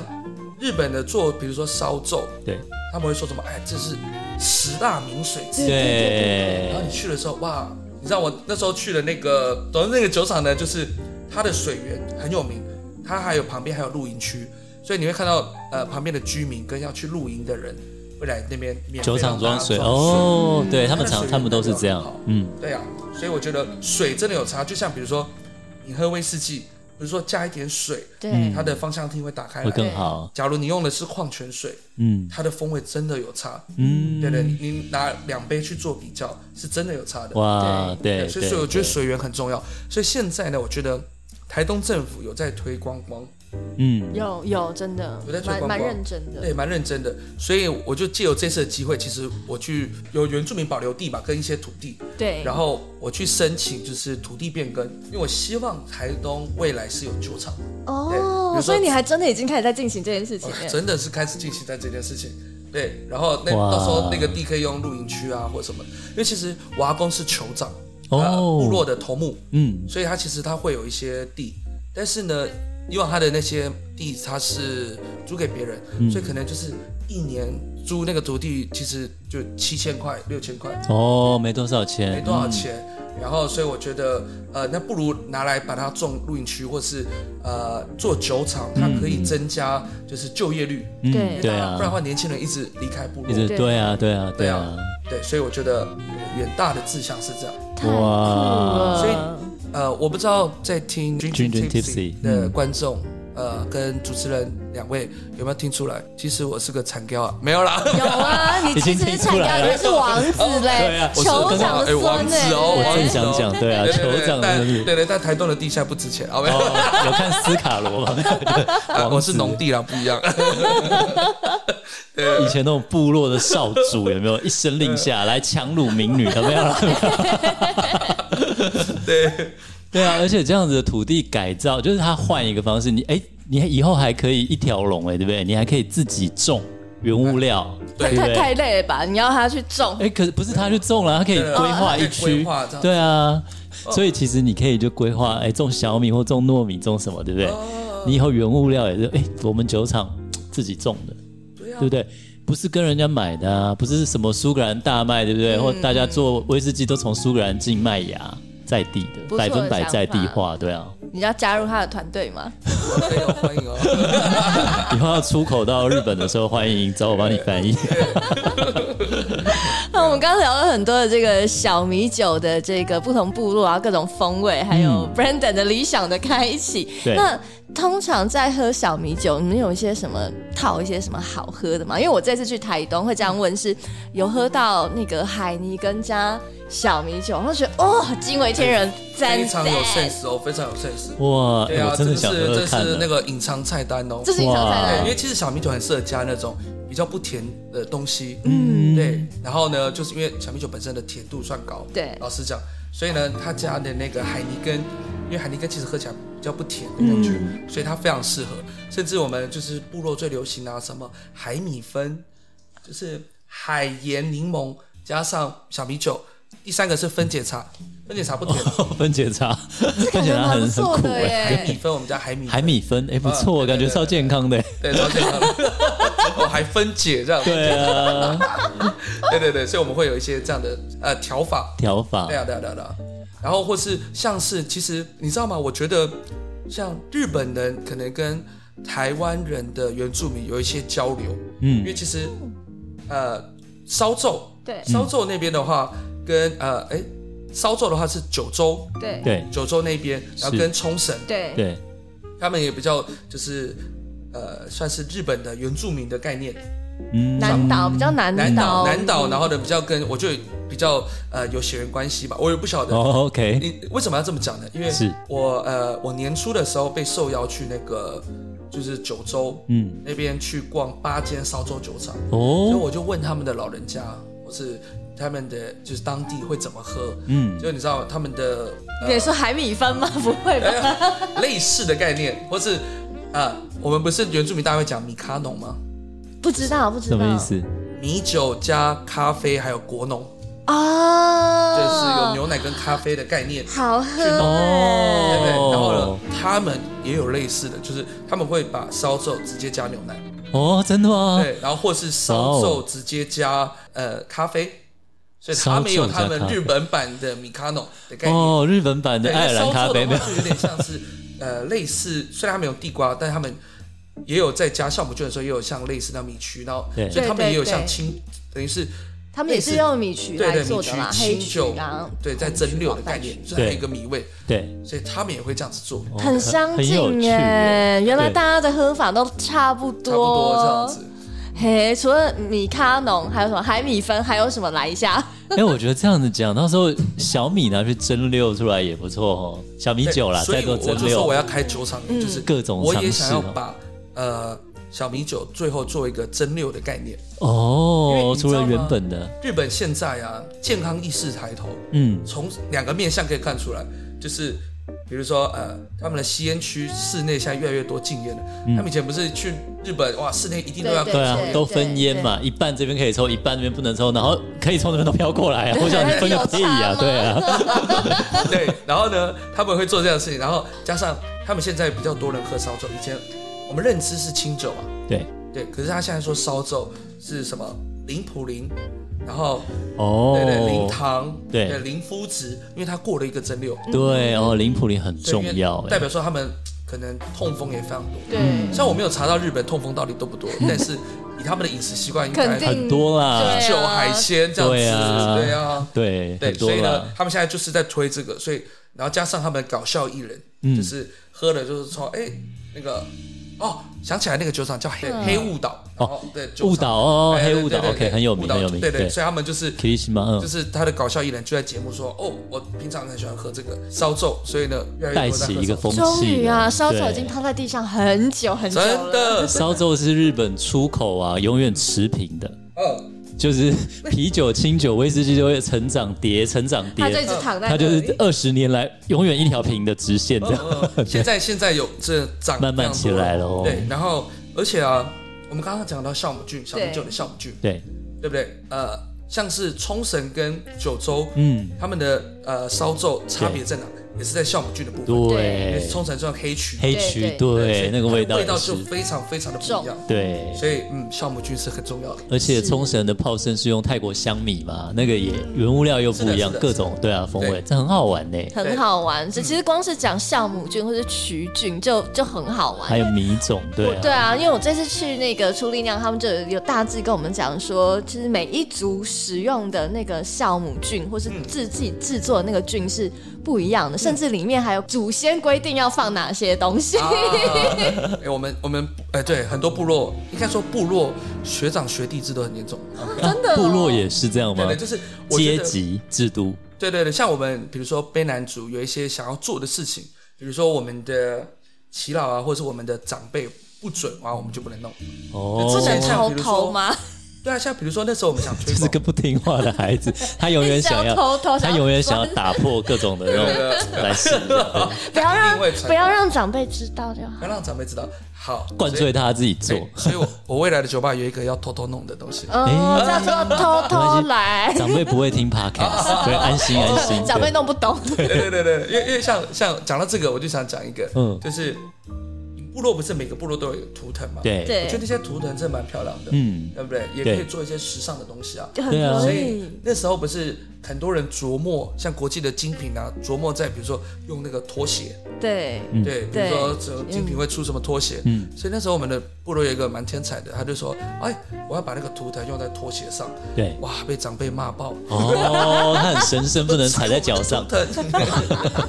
[SPEAKER 1] 日本的做比如说烧酒，
[SPEAKER 2] 对
[SPEAKER 1] 他们会说什么？哎，这是十大名水之一。
[SPEAKER 2] 对
[SPEAKER 1] 然后你去的时候，哇，你知道我那时候去的那个，总之那个酒厂呢，就是它的水源很有名，它还有旁边还有露营区，所以你会看到呃旁边的居民跟要去露营的人会来那边免费
[SPEAKER 2] 酒厂
[SPEAKER 1] 让
[SPEAKER 2] 装
[SPEAKER 1] 大家
[SPEAKER 2] 水
[SPEAKER 1] 装
[SPEAKER 2] 哦，对他
[SPEAKER 1] 它
[SPEAKER 2] 们
[SPEAKER 1] 的
[SPEAKER 2] 厂
[SPEAKER 1] 水
[SPEAKER 2] 他们都是这
[SPEAKER 1] 源
[SPEAKER 2] 样
[SPEAKER 1] 很好，
[SPEAKER 2] 嗯，
[SPEAKER 1] 对啊，所以我觉得水真的有差，就像比如说你喝威士忌，比如说加一点水，
[SPEAKER 2] 嗯
[SPEAKER 3] 对，
[SPEAKER 1] 它的芳香烃会打开
[SPEAKER 2] 会
[SPEAKER 1] 来。
[SPEAKER 2] 更好，
[SPEAKER 1] 假如你用的是矿泉水，
[SPEAKER 2] 嗯
[SPEAKER 1] 它的风味真的有差。
[SPEAKER 2] 嗯，
[SPEAKER 1] 哎对对，你你拿两杯去做比较，是真的有差的。
[SPEAKER 2] 哇，对
[SPEAKER 1] 对，所以所以我觉
[SPEAKER 2] 对
[SPEAKER 1] 得水源很重要。所以现在呢，我觉得台东政府有在推观光，
[SPEAKER 2] 嗯，
[SPEAKER 3] 有有真的
[SPEAKER 1] 我在，做
[SPEAKER 3] 蛮
[SPEAKER 1] 广
[SPEAKER 3] 蛮
[SPEAKER 1] 告
[SPEAKER 3] 认真的。
[SPEAKER 1] 对，哎蛮认真的。所以我就借由这次的机会，其实我去有原住民保留地嘛，跟一些土地，
[SPEAKER 3] 对，
[SPEAKER 1] 然后我去申请就是土地变更，因为我希望台东未来是有酒厂，对比如
[SPEAKER 3] 哦，
[SPEAKER 1] 说
[SPEAKER 3] 所以你还真的已经开始在进行这件事情
[SPEAKER 1] 我
[SPEAKER 3] 了。
[SPEAKER 1] 真哦的是开始进行在这件事情。对，然后那
[SPEAKER 2] 哇
[SPEAKER 1] 到时候那个地可以用露营区啊或什么，因为其实我阿公是酋长，呃，部落
[SPEAKER 2] 哦，
[SPEAKER 1] 的头目，
[SPEAKER 2] 嗯，
[SPEAKER 1] 所以它其实它会有一些地，但是呢，以往它的那些地它是租给别人，
[SPEAKER 2] 嗯
[SPEAKER 1] 所以可能就是一年租那个土地其实就七千块、六千块，
[SPEAKER 2] 哦，没多少钱，
[SPEAKER 1] 没多少钱。然后，所以我觉得，呃，那不如拿来把它种露营区，或是呃做酒厂，它可以增加就是就业率，
[SPEAKER 2] 嗯，
[SPEAKER 3] 对
[SPEAKER 2] 嗯，对啊
[SPEAKER 1] 哎不然，的话年轻人一直离开部落
[SPEAKER 2] 一。直
[SPEAKER 3] 对
[SPEAKER 2] 对啊，对啊，对
[SPEAKER 1] 对
[SPEAKER 2] 啊
[SPEAKER 1] 啊，对，所以我觉得远大的志向是这样。
[SPEAKER 3] 太酷了，
[SPEAKER 1] 所以呃，我不知道在听 Dream
[SPEAKER 2] Dream Dream Tipsy
[SPEAKER 1] Tipsy
[SPEAKER 2] 嗯
[SPEAKER 1] 的观众，呃，跟主持人两位有没有听出来？其实我是个惨雕啊，没有 啦，
[SPEAKER 3] 有啊，你其
[SPEAKER 2] 已经
[SPEAKER 3] 实
[SPEAKER 2] 听
[SPEAKER 3] 产
[SPEAKER 2] 出来
[SPEAKER 3] 业
[SPEAKER 2] 了
[SPEAKER 3] 你是王子
[SPEAKER 2] 对
[SPEAKER 3] 嘞
[SPEAKER 2] 啊，我是
[SPEAKER 3] 酋
[SPEAKER 2] 刚
[SPEAKER 1] 刚
[SPEAKER 3] 长
[SPEAKER 1] 哎
[SPEAKER 3] 的欸
[SPEAKER 1] 王
[SPEAKER 3] 孙
[SPEAKER 1] 子哦
[SPEAKER 2] 我
[SPEAKER 1] 王
[SPEAKER 3] 嘞
[SPEAKER 1] 子
[SPEAKER 2] 正想讲，对啊，
[SPEAKER 1] 对
[SPEAKER 2] 酋
[SPEAKER 1] 对对
[SPEAKER 2] 长
[SPEAKER 1] 但
[SPEAKER 2] 真的是，
[SPEAKER 1] 对对，但台东的地下不值钱啊，没有，
[SPEAKER 2] 哦，有看斯卡罗吗？
[SPEAKER 1] 啊我是
[SPEAKER 2] 王子
[SPEAKER 1] 农地啦，不一 样。
[SPEAKER 2] 以前那种部落的少主有没有一声令下来强掳民女？有没有啦？
[SPEAKER 1] 对，
[SPEAKER 2] 对啊，而且这样子的土地改造，就是它换一个方式，你哎、你以后还可以一条龙哎，对不对？你还可以自己种原物料，对
[SPEAKER 1] 对
[SPEAKER 2] 不
[SPEAKER 3] 太
[SPEAKER 2] 对？
[SPEAKER 3] 太累了吧？你要他去种
[SPEAKER 2] 哎、，可是不是他去种了，他可以规划
[SPEAKER 1] 哦他
[SPEAKER 2] 一
[SPEAKER 1] 可以
[SPEAKER 2] 区
[SPEAKER 1] 规划这，样哦
[SPEAKER 2] 对啊，所以其实你可以就规划，哎、种小米或种糯米，种什么，对不
[SPEAKER 1] 哦
[SPEAKER 2] 对？你以后原物料也是，哎、我们酒厂自己种的，
[SPEAKER 1] 对啊
[SPEAKER 2] 对不对？不是跟人家买的啊，不是什么苏格兰大麦，对不对？
[SPEAKER 1] 嗯
[SPEAKER 2] 或大家做威士忌都从苏格兰进麦芽，在地
[SPEAKER 3] 不
[SPEAKER 2] 的，
[SPEAKER 3] 错
[SPEAKER 2] 百
[SPEAKER 3] 的
[SPEAKER 2] 分百在地
[SPEAKER 3] 想法
[SPEAKER 2] 化，对啊。
[SPEAKER 3] 你要加入他的团队吗？
[SPEAKER 1] 可以哦，欢迎哦。
[SPEAKER 2] 以后要出口到日本的时候，欢迎找我帮你翻译。
[SPEAKER 3] 那我们刚刚聊了很多的这个小米酒的这个不同部落啊，各种风味，还有 Brandon 的理想的开启。
[SPEAKER 2] 嗯 对
[SPEAKER 3] 那通常在喝小米酒，你们有一些什么套一些什么好喝的吗？因为我这次去台东会这样问是，有喝到那个海尼根加小米酒，然后觉得哦惊为天人，赞
[SPEAKER 1] 非常有
[SPEAKER 3] 赞
[SPEAKER 1] sense 哦，非常有 sense。
[SPEAKER 2] 哇，
[SPEAKER 1] 对
[SPEAKER 2] 哎
[SPEAKER 1] 啊
[SPEAKER 2] 我，
[SPEAKER 1] 这
[SPEAKER 2] 真的
[SPEAKER 1] 个
[SPEAKER 2] 想
[SPEAKER 1] 是
[SPEAKER 2] 喝喝
[SPEAKER 1] 这
[SPEAKER 2] 看
[SPEAKER 1] 是
[SPEAKER 2] 了。
[SPEAKER 1] 那个隐藏菜单哦。
[SPEAKER 3] 这是你想菜
[SPEAKER 2] 啊
[SPEAKER 1] 对，因
[SPEAKER 3] 单
[SPEAKER 1] 为其实小米酒很适合加那种比较不甜的东西，嗯，
[SPEAKER 2] 嗯
[SPEAKER 1] 对。然后呢，就是因为小米酒本身的甜度算高，
[SPEAKER 3] 对
[SPEAKER 1] 老实讲，所以呢，它加的那个海尼根，因为海尼根其实喝起来比较不甜的感觉，所以它非常适合。甚至我们就是部落最流行啊，什么海米芬，就是海盐柠檬加上小米酒，第三个是分解茶，分解茶不甜。
[SPEAKER 2] 分解茶，分
[SPEAKER 3] 感
[SPEAKER 2] 解
[SPEAKER 3] 觉
[SPEAKER 2] 茶
[SPEAKER 3] 蛮不
[SPEAKER 2] 很很
[SPEAKER 3] 错
[SPEAKER 2] 苦
[SPEAKER 3] 的
[SPEAKER 2] 哎、
[SPEAKER 1] 海米
[SPEAKER 3] 耶。
[SPEAKER 1] 芬，我们家海米
[SPEAKER 2] 海米分哎、不错，
[SPEAKER 1] 啊对
[SPEAKER 2] 感觉
[SPEAKER 1] 对对
[SPEAKER 2] 超健 康的、欸
[SPEAKER 1] 对，超健康的，哦，还分解这样，
[SPEAKER 2] 对啊，
[SPEAKER 1] 对对对，所以我们会有一些这样的呃调法，
[SPEAKER 2] 调法
[SPEAKER 1] 对啊对啊对啊对啊，然后或是像是其实你知道吗？我觉得像日本人可能跟台湾人的原住民有一些交流，
[SPEAKER 2] 嗯
[SPEAKER 1] 因为其实呃烧皱
[SPEAKER 2] 嗯
[SPEAKER 3] 对
[SPEAKER 1] 烧皱那边的话，跟呃哎烧皱的话是九州
[SPEAKER 3] 对
[SPEAKER 2] 对
[SPEAKER 1] 九州那边，然后
[SPEAKER 2] 是
[SPEAKER 1] 跟冲绳，
[SPEAKER 3] 对
[SPEAKER 2] 对，
[SPEAKER 1] 他们也比较就是呃算是日本的原住民的概念。
[SPEAKER 2] 嗯，
[SPEAKER 3] 南岛比较南
[SPEAKER 1] 南岛，
[SPEAKER 3] 岛，
[SPEAKER 1] 南岛，然后呢比较跟我就比较呃有血缘关系吧，我也不晓得。
[SPEAKER 2] 哦，OK，
[SPEAKER 1] 你为什么要这么讲呢？因为
[SPEAKER 2] 是
[SPEAKER 1] 我呃，我年初的时候被受邀去那个就是九州
[SPEAKER 2] 嗯，
[SPEAKER 1] 那边去逛八间烧酒酒厂，所以
[SPEAKER 2] 哦，
[SPEAKER 1] 我就问他们的老人家，或是他们的就是当地会怎么喝，
[SPEAKER 2] 嗯，
[SPEAKER 1] 就你知道他们的、呃
[SPEAKER 3] 你说海米饭吗？ 不会
[SPEAKER 1] 哎
[SPEAKER 3] 吧？
[SPEAKER 1] 类似的概念，或是啊、我们不是原住民大会讲米卡农吗？
[SPEAKER 3] 不知道，不知
[SPEAKER 2] 什
[SPEAKER 3] 道。
[SPEAKER 2] 么意思？
[SPEAKER 1] 米酒加咖啡还有果农，
[SPEAKER 3] 啊？
[SPEAKER 1] 这是有牛奶跟咖啡的概念。
[SPEAKER 3] 好喝欸
[SPEAKER 2] 哦
[SPEAKER 1] 对不对？然后呢，他们也有类似的，就是他们会把烧酒直接加牛奶，
[SPEAKER 2] 哦，真的吗？
[SPEAKER 1] 对，然后或是烧酒直接加呃咖啡，所以他们也有他
[SPEAKER 2] 烧
[SPEAKER 1] 们
[SPEAKER 2] 酒加咖啡
[SPEAKER 1] 日本版的米卡农的概念。
[SPEAKER 2] 哦，日本版的
[SPEAKER 1] 对，
[SPEAKER 2] 爱尔兰咖啡
[SPEAKER 1] 因
[SPEAKER 2] 没
[SPEAKER 1] 为
[SPEAKER 2] 有
[SPEAKER 1] 烧酒的话就有点像是呃类似，虽然它没有地瓜，但他们也有在加酵母菌的时候，也有像类似那米曲，然后
[SPEAKER 2] 对
[SPEAKER 1] 所以他们也有
[SPEAKER 3] 对对
[SPEAKER 1] 像
[SPEAKER 3] 对
[SPEAKER 1] 清，等于是
[SPEAKER 3] 他们也是用米曲
[SPEAKER 1] 对
[SPEAKER 3] 来
[SPEAKER 1] 对
[SPEAKER 3] 做
[SPEAKER 1] 米
[SPEAKER 3] 的
[SPEAKER 1] 曲
[SPEAKER 3] 啦，黑
[SPEAKER 1] 清酒
[SPEAKER 3] 啊，，
[SPEAKER 1] 对，在蒸馏的概念，所以它有一个米味，
[SPEAKER 2] 对，
[SPEAKER 1] 所以他们也会这样子做，
[SPEAKER 2] 哦
[SPEAKER 3] 很相
[SPEAKER 2] 很有
[SPEAKER 3] 近
[SPEAKER 2] 趣耶，
[SPEAKER 3] 耶。原来
[SPEAKER 2] 对
[SPEAKER 3] 大家的喝法都差不多，
[SPEAKER 1] 差不多这样子。。
[SPEAKER 3] 嘿，除了米咖农，还有什么海米粉，还有什么来一下？
[SPEAKER 2] 哎，我觉得这样子讲，到时候小米拿去蒸馏出来也不错哦，小米
[SPEAKER 1] 对
[SPEAKER 2] 酒啦，
[SPEAKER 1] 所
[SPEAKER 2] 再
[SPEAKER 1] 以我
[SPEAKER 2] 做蒸
[SPEAKER 1] 我就说我
[SPEAKER 2] 馏，
[SPEAKER 1] 要开酒厂，
[SPEAKER 3] 嗯
[SPEAKER 1] 就是
[SPEAKER 2] 各种
[SPEAKER 1] 我也
[SPEAKER 2] 尝试
[SPEAKER 1] 想要
[SPEAKER 2] 哦
[SPEAKER 1] 把呃小米酒最后做一个蒸馏的概念。因为
[SPEAKER 2] 哦
[SPEAKER 1] 你，知
[SPEAKER 2] 除了
[SPEAKER 1] 道吗
[SPEAKER 2] 原本的，
[SPEAKER 1] 日本现在啊，健康意识抬头，
[SPEAKER 2] 嗯，
[SPEAKER 1] 从两个面向可以看出来，就是比如说呃，他们的吸烟区室内现在越来越多禁烟了。
[SPEAKER 2] 嗯
[SPEAKER 1] 他们以前不是去日本哇，室内一定都要
[SPEAKER 3] 对
[SPEAKER 2] 对啊
[SPEAKER 3] 对，
[SPEAKER 2] 都分烟嘛，一半这边可以抽，一半那边不能抽，然后可以抽那边都飘过来啊，我想你分个屁呀、
[SPEAKER 3] 有差吗
[SPEAKER 2] 对啊，
[SPEAKER 1] 对，然后呢，他们会做这样的事情，然后加上他们现在比较多人喝烧酒，以前我们认知是清酒啊，
[SPEAKER 2] 对，
[SPEAKER 1] 对，可是他现在说烧酒是什么零普林，然后对对零
[SPEAKER 2] 哦，
[SPEAKER 1] 糖，
[SPEAKER 2] 对
[SPEAKER 1] 零麸质，因为它过了一个蒸馏，
[SPEAKER 2] 对哦，林普林很
[SPEAKER 1] 所以
[SPEAKER 2] 重
[SPEAKER 1] 因为
[SPEAKER 2] 要
[SPEAKER 1] 代
[SPEAKER 2] 哎，
[SPEAKER 1] 表说他们可能痛风也非常多。
[SPEAKER 3] 对，
[SPEAKER 1] 虽然我没有查到日本痛风到底多不 多，但是以他们的饮食习惯，应该
[SPEAKER 3] 肯定啊
[SPEAKER 2] 很多啦，
[SPEAKER 1] 酒、海鲜这样
[SPEAKER 2] 对啊
[SPEAKER 1] 子，对啊，
[SPEAKER 2] 对，
[SPEAKER 1] 对，
[SPEAKER 2] 很多
[SPEAKER 1] 所以呢
[SPEAKER 2] 啦，，
[SPEAKER 1] 他们现在就是在推这个，所以然后加上他们搞笑艺人，
[SPEAKER 2] 嗯
[SPEAKER 1] 就是喝了就是说，哎，那个哦，想起来那个酒厂叫
[SPEAKER 2] 嗯
[SPEAKER 1] 黑黑雾岛，然后对，酒厂哎
[SPEAKER 2] 误导哦，
[SPEAKER 1] 对
[SPEAKER 2] 黑
[SPEAKER 1] 对
[SPEAKER 2] 误导
[SPEAKER 1] 对对
[SPEAKER 2] ，OK，很有名，
[SPEAKER 1] 雾岛
[SPEAKER 2] 很有名，
[SPEAKER 1] 对对，所以他们就是。
[SPEAKER 2] k i s h m a
[SPEAKER 1] 就
[SPEAKER 2] 嗯，
[SPEAKER 1] 是他的搞笑艺人就在节目说，哦，我平常很喜欢喝这个烧酒，所以呢，越来
[SPEAKER 2] 带
[SPEAKER 1] 越多人在
[SPEAKER 2] 起
[SPEAKER 1] 喝
[SPEAKER 2] 一个
[SPEAKER 1] 烧
[SPEAKER 2] 风气，
[SPEAKER 3] 终于啊，烧酒
[SPEAKER 2] 嗯对
[SPEAKER 3] 已经趴在地上很久很久
[SPEAKER 1] 酒真
[SPEAKER 3] 了，
[SPEAKER 1] 的，
[SPEAKER 2] 烧酒是日本出口啊，永远持平的。
[SPEAKER 1] 嗯，
[SPEAKER 2] 就是 啤酒、清酒、威士忌就会成长叠、成长
[SPEAKER 3] 他就一
[SPEAKER 2] 叠，
[SPEAKER 3] 直躺在那
[SPEAKER 2] 它
[SPEAKER 3] 里，
[SPEAKER 2] 就是二十年来永远一条平的直线这样。
[SPEAKER 1] 嗯嗯现在现在有这涨
[SPEAKER 2] 慢慢起来了哦
[SPEAKER 1] 对，然后而且啊，我们刚刚讲到酵母菌，小米酒的酵母菌，
[SPEAKER 2] 对，
[SPEAKER 1] 对不对？呃，像是冲绳跟九州，
[SPEAKER 2] 嗯，
[SPEAKER 1] 他们的呃烧酒差别在哪？也是在酵母菌的部分，因为
[SPEAKER 2] 对，
[SPEAKER 1] 冲绳叫黑曲，
[SPEAKER 2] 黑
[SPEAKER 3] 对
[SPEAKER 2] 曲
[SPEAKER 3] 对
[SPEAKER 2] 对
[SPEAKER 1] 所以
[SPEAKER 2] 那个味道
[SPEAKER 1] 味道
[SPEAKER 2] 也，
[SPEAKER 1] 就是非常非常的不一样，
[SPEAKER 2] 对。
[SPEAKER 1] 所以嗯，酵母菌是很重要 的。
[SPEAKER 2] 而且冲绳的泡盛是用泰国香米嘛，那个也原物料又不一样
[SPEAKER 1] 是的是，的
[SPEAKER 2] 各种对啊风味
[SPEAKER 1] 对，
[SPEAKER 2] 这很好玩呢。
[SPEAKER 3] 很好
[SPEAKER 1] 嗯
[SPEAKER 3] 玩。这其实光是讲酵母菌或者曲菌就就很好玩
[SPEAKER 2] 还。有米种，对
[SPEAKER 3] 对
[SPEAKER 2] 啊，
[SPEAKER 3] 啊，因为我这次去那个初力酿，他们就有大致跟我们讲说，就是每一族使用的那个酵母菌，或是自己制作的那个菌是不一
[SPEAKER 1] 嗯
[SPEAKER 3] 样的，甚至里面还有祖先规定要放哪些东西。
[SPEAKER 1] 啊，哎，我们我们哎，对，很多部落应该说部落学长学弟制都很严重，
[SPEAKER 2] 真
[SPEAKER 3] 哦
[SPEAKER 2] 的部落也是这样
[SPEAKER 1] 对
[SPEAKER 2] 吗
[SPEAKER 1] 对，？就是我觉
[SPEAKER 2] 嗯阶
[SPEAKER 1] 得
[SPEAKER 2] 级制度，
[SPEAKER 1] 对对对，像我们比如说卑南族有一些想要做的事情，比如说我们的耆老啊，或者是我们的长辈不准啊，我们就不能弄。
[SPEAKER 2] 哦，
[SPEAKER 1] 之
[SPEAKER 3] 不能
[SPEAKER 1] 前像
[SPEAKER 3] 敲
[SPEAKER 1] 比如
[SPEAKER 3] 头
[SPEAKER 1] 说，
[SPEAKER 3] 吗？
[SPEAKER 1] 对啊，像比如说那时候我们想推
[SPEAKER 2] 就是
[SPEAKER 1] 广
[SPEAKER 2] 个不听话的孩子，他永远想
[SPEAKER 3] 一直偷偷
[SPEAKER 2] 要，他
[SPEAKER 3] 想要
[SPEAKER 2] 永远想要打破各种的那 种来试，
[SPEAKER 3] 啊不要让
[SPEAKER 1] 啊定位传统
[SPEAKER 3] 不要让长辈知道就好。
[SPEAKER 1] 不要让长辈知道，好
[SPEAKER 2] 灌醉他自己做。
[SPEAKER 1] 所以，所以我我未来的酒吧有一个要偷偷弄的东西。
[SPEAKER 3] 哦，这样说偷偷来，
[SPEAKER 2] 长辈不会听 podcast，对，安心安心。
[SPEAKER 3] 哦长辈
[SPEAKER 2] 对
[SPEAKER 3] 弄不懂。
[SPEAKER 1] 对对对对，因为因为像像讲到这个，我就想讲一个，
[SPEAKER 2] 嗯
[SPEAKER 1] 就是部落不是每个部落都有图腾嘛？，
[SPEAKER 2] 对
[SPEAKER 1] 我觉得
[SPEAKER 3] 对
[SPEAKER 1] 那，些图腾真的蛮漂亮的，
[SPEAKER 2] 嗯，
[SPEAKER 1] 对不对？也可
[SPEAKER 2] 对
[SPEAKER 1] 以做一些时尚的东西啊。
[SPEAKER 3] 就很
[SPEAKER 2] 对啊
[SPEAKER 3] 容
[SPEAKER 1] 所以
[SPEAKER 3] 易。
[SPEAKER 1] 那时候不是很多人琢磨，像国际的精品啊，琢磨在比如说用那个拖鞋，
[SPEAKER 3] 对，
[SPEAKER 1] 对，比如
[SPEAKER 3] 对
[SPEAKER 1] 说这精品会出什么拖鞋，
[SPEAKER 2] 嗯
[SPEAKER 1] 所以那时候我们的部落有一个蛮天才的，他就说，哎，我要把那个图腾用在拖鞋上，
[SPEAKER 2] 对。
[SPEAKER 1] 哇，被长辈骂爆，
[SPEAKER 2] 哦，他很神圣，不能踩在脚上。
[SPEAKER 1] 对，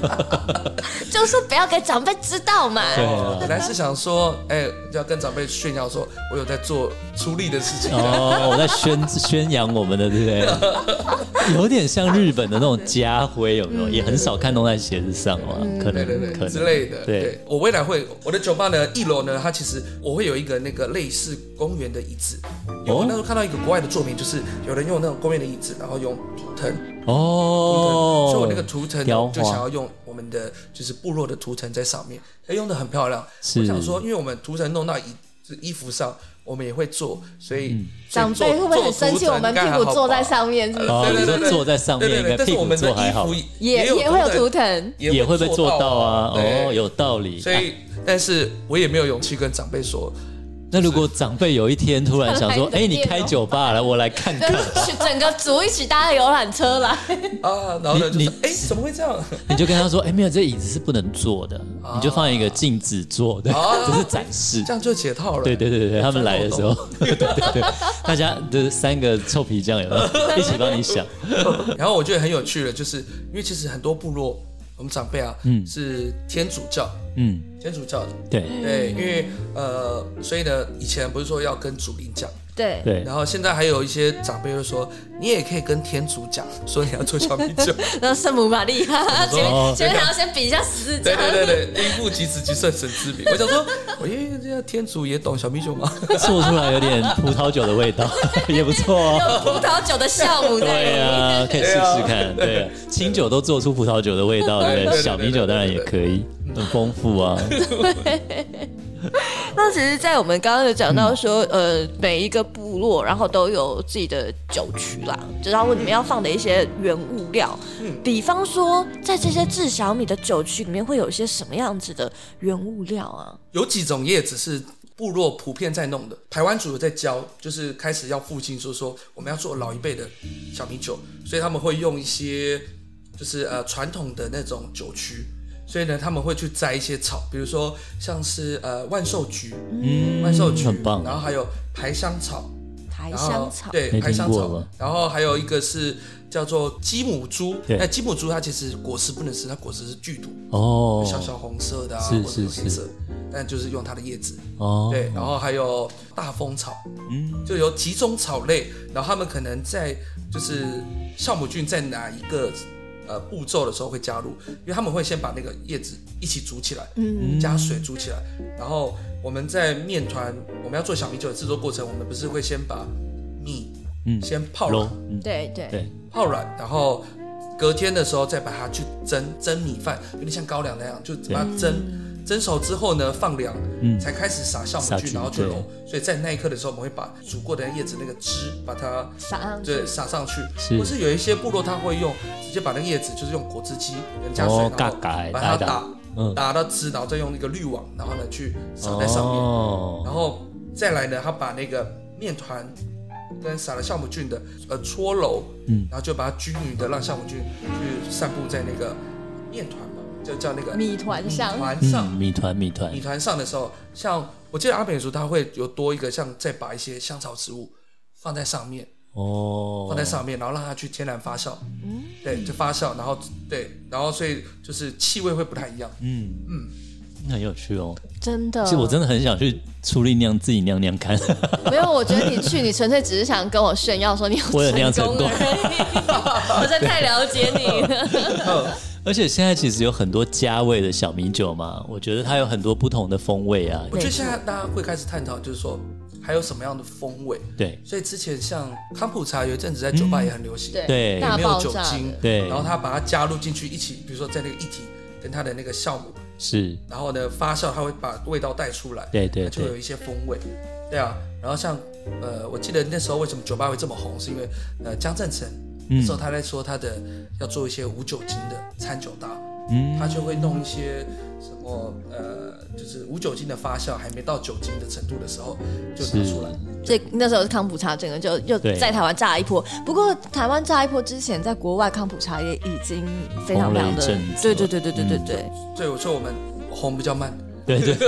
[SPEAKER 2] 啊
[SPEAKER 3] 就是不要给长辈知道嘛。
[SPEAKER 2] 对
[SPEAKER 1] 本来
[SPEAKER 2] 啊。
[SPEAKER 1] 是想说，哎，要跟长辈炫耀说我有在做出力的事情，
[SPEAKER 2] 哦哦，我在宣宣扬我们的，对不对？有点像日本的那种家徽，有没有？也很少看到在鞋子上嘛，可
[SPEAKER 1] 对
[SPEAKER 2] 能
[SPEAKER 1] 对
[SPEAKER 2] 可
[SPEAKER 1] 对
[SPEAKER 2] 能
[SPEAKER 1] 之类的。
[SPEAKER 2] 对
[SPEAKER 1] 我未来会我的酒吧呢，一楼呢，它其实我会有一个那个类似公园的椅子，因为我
[SPEAKER 2] 哦
[SPEAKER 1] 那时候看到一个国外的作品，就是有人用那种公园的椅子，然后用图腾，
[SPEAKER 2] 哦，
[SPEAKER 1] 所以我那个图腾
[SPEAKER 2] 雕
[SPEAKER 1] 呢就想
[SPEAKER 2] 花
[SPEAKER 1] 要用我们的就是部落的图腾在上面，哎，用的很漂亮。
[SPEAKER 2] 是
[SPEAKER 1] 我想说，因为我们图腾弄到衣就是衣服上，我们也会做，所以所以
[SPEAKER 3] 长
[SPEAKER 1] 做
[SPEAKER 3] 辈会不会很
[SPEAKER 1] 做
[SPEAKER 3] 生
[SPEAKER 1] 图
[SPEAKER 3] 气？
[SPEAKER 1] 腾
[SPEAKER 3] 我们屁
[SPEAKER 1] 刚好
[SPEAKER 3] 股
[SPEAKER 1] 好
[SPEAKER 3] 坐在
[SPEAKER 1] 吧
[SPEAKER 3] 上面，是不是
[SPEAKER 2] 哦，
[SPEAKER 1] 对对
[SPEAKER 2] 你说
[SPEAKER 1] 对对
[SPEAKER 2] 坐在上
[SPEAKER 1] 对对
[SPEAKER 2] 面，应
[SPEAKER 1] 对，
[SPEAKER 2] 该
[SPEAKER 1] 但
[SPEAKER 2] 屁
[SPEAKER 1] 是我
[SPEAKER 2] 股
[SPEAKER 1] 们的
[SPEAKER 2] 坐还
[SPEAKER 1] 衣
[SPEAKER 2] 好
[SPEAKER 1] 服，
[SPEAKER 3] 也
[SPEAKER 1] 有
[SPEAKER 3] 也会有图
[SPEAKER 1] 腾，
[SPEAKER 3] 腾？
[SPEAKER 2] 也会被做到啊。
[SPEAKER 1] 对
[SPEAKER 2] 哦，有道理。
[SPEAKER 1] 所以，但是我也没有勇气跟长辈说，
[SPEAKER 2] 那如果长辈有一天突然想说，
[SPEAKER 3] 来
[SPEAKER 2] 哎，你
[SPEAKER 3] 电
[SPEAKER 2] 开
[SPEAKER 3] 哦
[SPEAKER 2] 酒吧了，我来看看。
[SPEAKER 3] 去整个组一起搭游览车来，
[SPEAKER 1] 啊，然后呢，就
[SPEAKER 2] 你
[SPEAKER 1] 是哎、怎么会这样？
[SPEAKER 2] 你就跟他说，哎、没有，这椅子是不能坐的，
[SPEAKER 1] 啊
[SPEAKER 2] 你就放一个禁止坐的，
[SPEAKER 1] 哦
[SPEAKER 2] 这是展示
[SPEAKER 1] 这。样就解套了。
[SPEAKER 2] 对对对对，他们来的时候，对对对，大家的三个臭皮匠有没有一起帮你想？
[SPEAKER 1] 然后我觉得很有趣的，就是因为其实很多部落，我们长辈啊，
[SPEAKER 2] 嗯
[SPEAKER 1] 是天主教，
[SPEAKER 2] 嗯，
[SPEAKER 1] 天主教的，
[SPEAKER 2] 对
[SPEAKER 1] 对，因为呃，所以呢，以前不是说要跟主灵讲，
[SPEAKER 3] 对，
[SPEAKER 2] 对
[SPEAKER 1] 然后现在还有一些长辈会说，你也可以跟天主讲，说你要做小米 酒。
[SPEAKER 3] 然后圣母玛利亚，前
[SPEAKER 2] 哦
[SPEAKER 3] 面前面还要先比一下十字架
[SPEAKER 1] 对，对对对，因父及子及圣神之名。我想说， 我因为这样天主也懂小米酒吗？
[SPEAKER 2] 做出来有点葡萄酒的味道，也不错哦。
[SPEAKER 3] 有葡萄酒的酵母在里
[SPEAKER 2] 对
[SPEAKER 3] 面。
[SPEAKER 2] 啊，可以试试看。对啊，清酒都做出葡萄酒的味道，对
[SPEAKER 1] 对
[SPEAKER 2] 不
[SPEAKER 1] 对
[SPEAKER 2] 对？
[SPEAKER 1] 对
[SPEAKER 2] 小米酒当然也可以，很丰富啊。
[SPEAKER 3] 那其实，在我们刚刚有讲
[SPEAKER 2] 嗯
[SPEAKER 3] 到说，呃，每一个部落然后都有自己的酒曲啦，就然后你们要放的一些原物料，
[SPEAKER 2] 嗯
[SPEAKER 3] 比方说，在这些制小米的酒曲里面会有一些什么样子的原物料啊？
[SPEAKER 1] 有几种叶子是部落普遍在弄的，台湾族有在教，就是开始要复兴，就是说我们要做老一辈的小米酒，所以他们会用一些就是呃传统的那种酒曲。所以呢，他们会去摘一些草，比如说像是呃万寿菊，
[SPEAKER 2] 嗯
[SPEAKER 1] 万寿菊，
[SPEAKER 2] 很棒
[SPEAKER 1] 然后还有排香草，
[SPEAKER 3] 台
[SPEAKER 1] 然后
[SPEAKER 2] 哦
[SPEAKER 3] 香草，
[SPEAKER 1] 对
[SPEAKER 2] 没
[SPEAKER 1] 排香
[SPEAKER 2] 听过
[SPEAKER 1] 草
[SPEAKER 2] 吧，
[SPEAKER 1] 然后还有一个是叫做鸡母猪，
[SPEAKER 2] 对
[SPEAKER 1] 那鸡母猪它其实果实不能吃，它果实是剧毒，
[SPEAKER 2] 哦
[SPEAKER 1] 小小红色的啊，
[SPEAKER 2] 是
[SPEAKER 1] 或者有
[SPEAKER 2] 是
[SPEAKER 1] 黑
[SPEAKER 2] 是
[SPEAKER 1] 色的，但就是用它的叶子，
[SPEAKER 2] 哦，
[SPEAKER 1] 对，然后还有大风草，
[SPEAKER 2] 嗯，
[SPEAKER 1] 就有几种草类，然后他们可能在就是酵母菌在哪一个呃步骤的时候会加入，因为他们会先把那个叶子一起煮起来，嗯，加水煮起来，然后我们在面团我们要做小米酒的制作过程，我们不是会先把米
[SPEAKER 2] 嗯
[SPEAKER 1] 先泡
[SPEAKER 2] 喽
[SPEAKER 1] 软，，
[SPEAKER 2] 嗯，
[SPEAKER 3] 对对
[SPEAKER 2] 对，
[SPEAKER 1] 泡软，然后隔天的时候再把它去蒸蒸米饭，有点像高粱那样，就把它蒸。蒸熟之后呢，放凉，才开始撒酵
[SPEAKER 2] 撒
[SPEAKER 1] 母菌，
[SPEAKER 2] 菌
[SPEAKER 1] 然后去
[SPEAKER 2] 对
[SPEAKER 1] 揉。所以在那一刻的时候，我们会把煮过的叶子那个汁，把它
[SPEAKER 3] 撒上去
[SPEAKER 1] 对，撒上去。
[SPEAKER 2] 是
[SPEAKER 1] 或是有一些部落他会用直接把那个叶子，就是用果汁机人加水，
[SPEAKER 2] 哦
[SPEAKER 1] 然后
[SPEAKER 2] 嘎嘎
[SPEAKER 1] 把它
[SPEAKER 2] 打一打
[SPEAKER 1] 打
[SPEAKER 2] 嗯
[SPEAKER 1] 打到汁，然后再用那个滤网，然后呢去撒在上面。然
[SPEAKER 2] 哦，
[SPEAKER 1] 后再来呢，他把那个面团跟撒了酵母菌的呃搓揉，
[SPEAKER 2] 嗯
[SPEAKER 1] 然后就把它均匀的让酵母菌去散布在那个面团嘛，就叫那个
[SPEAKER 3] 米团上
[SPEAKER 1] 米团
[SPEAKER 2] 嗯，
[SPEAKER 1] 上，
[SPEAKER 2] 米团米团
[SPEAKER 1] 米，团上的时候，像我记得阿美族他会有多一个像再把一些香草植物放在上面，
[SPEAKER 2] 哦，
[SPEAKER 1] 放在上面，然后让它去天然发酵，
[SPEAKER 3] 嗯
[SPEAKER 1] 对，就发酵，然后对，然后所以就是气味会不太一样，
[SPEAKER 2] 嗯
[SPEAKER 1] 嗯
[SPEAKER 2] 嗯，很有趣哦。
[SPEAKER 3] 真的。
[SPEAKER 2] 其实我真的很想去出力酿自己酿酿看，
[SPEAKER 3] 没有，我觉得你去，你纯粹只是想跟我炫耀说你有
[SPEAKER 2] 我有那样成
[SPEAKER 3] 功
[SPEAKER 2] 功
[SPEAKER 3] 而 已。我真的太了解你了。
[SPEAKER 2] 而且现在其实有很多加味的小米酒嘛，我觉得它有很多不同的风味啊。
[SPEAKER 1] 我觉得现在大家会开始探讨，就是说还有什么样的风味，
[SPEAKER 2] 对
[SPEAKER 1] 所以之前像康普茶有一阵子在酒
[SPEAKER 2] 嗯
[SPEAKER 1] 吧也很流行，
[SPEAKER 3] 对
[SPEAKER 2] 对
[SPEAKER 3] 大
[SPEAKER 1] 没有
[SPEAKER 3] 爆
[SPEAKER 1] 酒
[SPEAKER 3] 炸
[SPEAKER 1] 精
[SPEAKER 3] 的，
[SPEAKER 2] 对
[SPEAKER 1] 然后他把它加入进去一起，比如说在那个液体跟它的那个酵母，
[SPEAKER 2] 是，
[SPEAKER 1] 然后呢发酵，它会把味道带出来，
[SPEAKER 2] 对对
[SPEAKER 1] 它就会有一些风味，对啊，然后像呃，我记得那时候为什么酒吧会这么红，是因为呃江正成
[SPEAKER 2] 嗯
[SPEAKER 1] 那时候他在说他的要做一些无酒精的餐酒搭，
[SPEAKER 2] 嗯
[SPEAKER 1] 他就会弄一些什么呃，就是无酒精的发酵，还没到酒精的程度的时候就拿出来。
[SPEAKER 3] 这那时候康普茶整个就又
[SPEAKER 2] 对
[SPEAKER 3] 在台湾炸一波，不过台湾炸一波之前，在国外康普茶也已经非
[SPEAKER 2] 红
[SPEAKER 3] 常非常
[SPEAKER 2] 了一嗯
[SPEAKER 3] 的
[SPEAKER 2] 阵，子
[SPEAKER 3] 对对对对对对对，
[SPEAKER 1] 所以我说我们红比较慢，
[SPEAKER 2] 对对。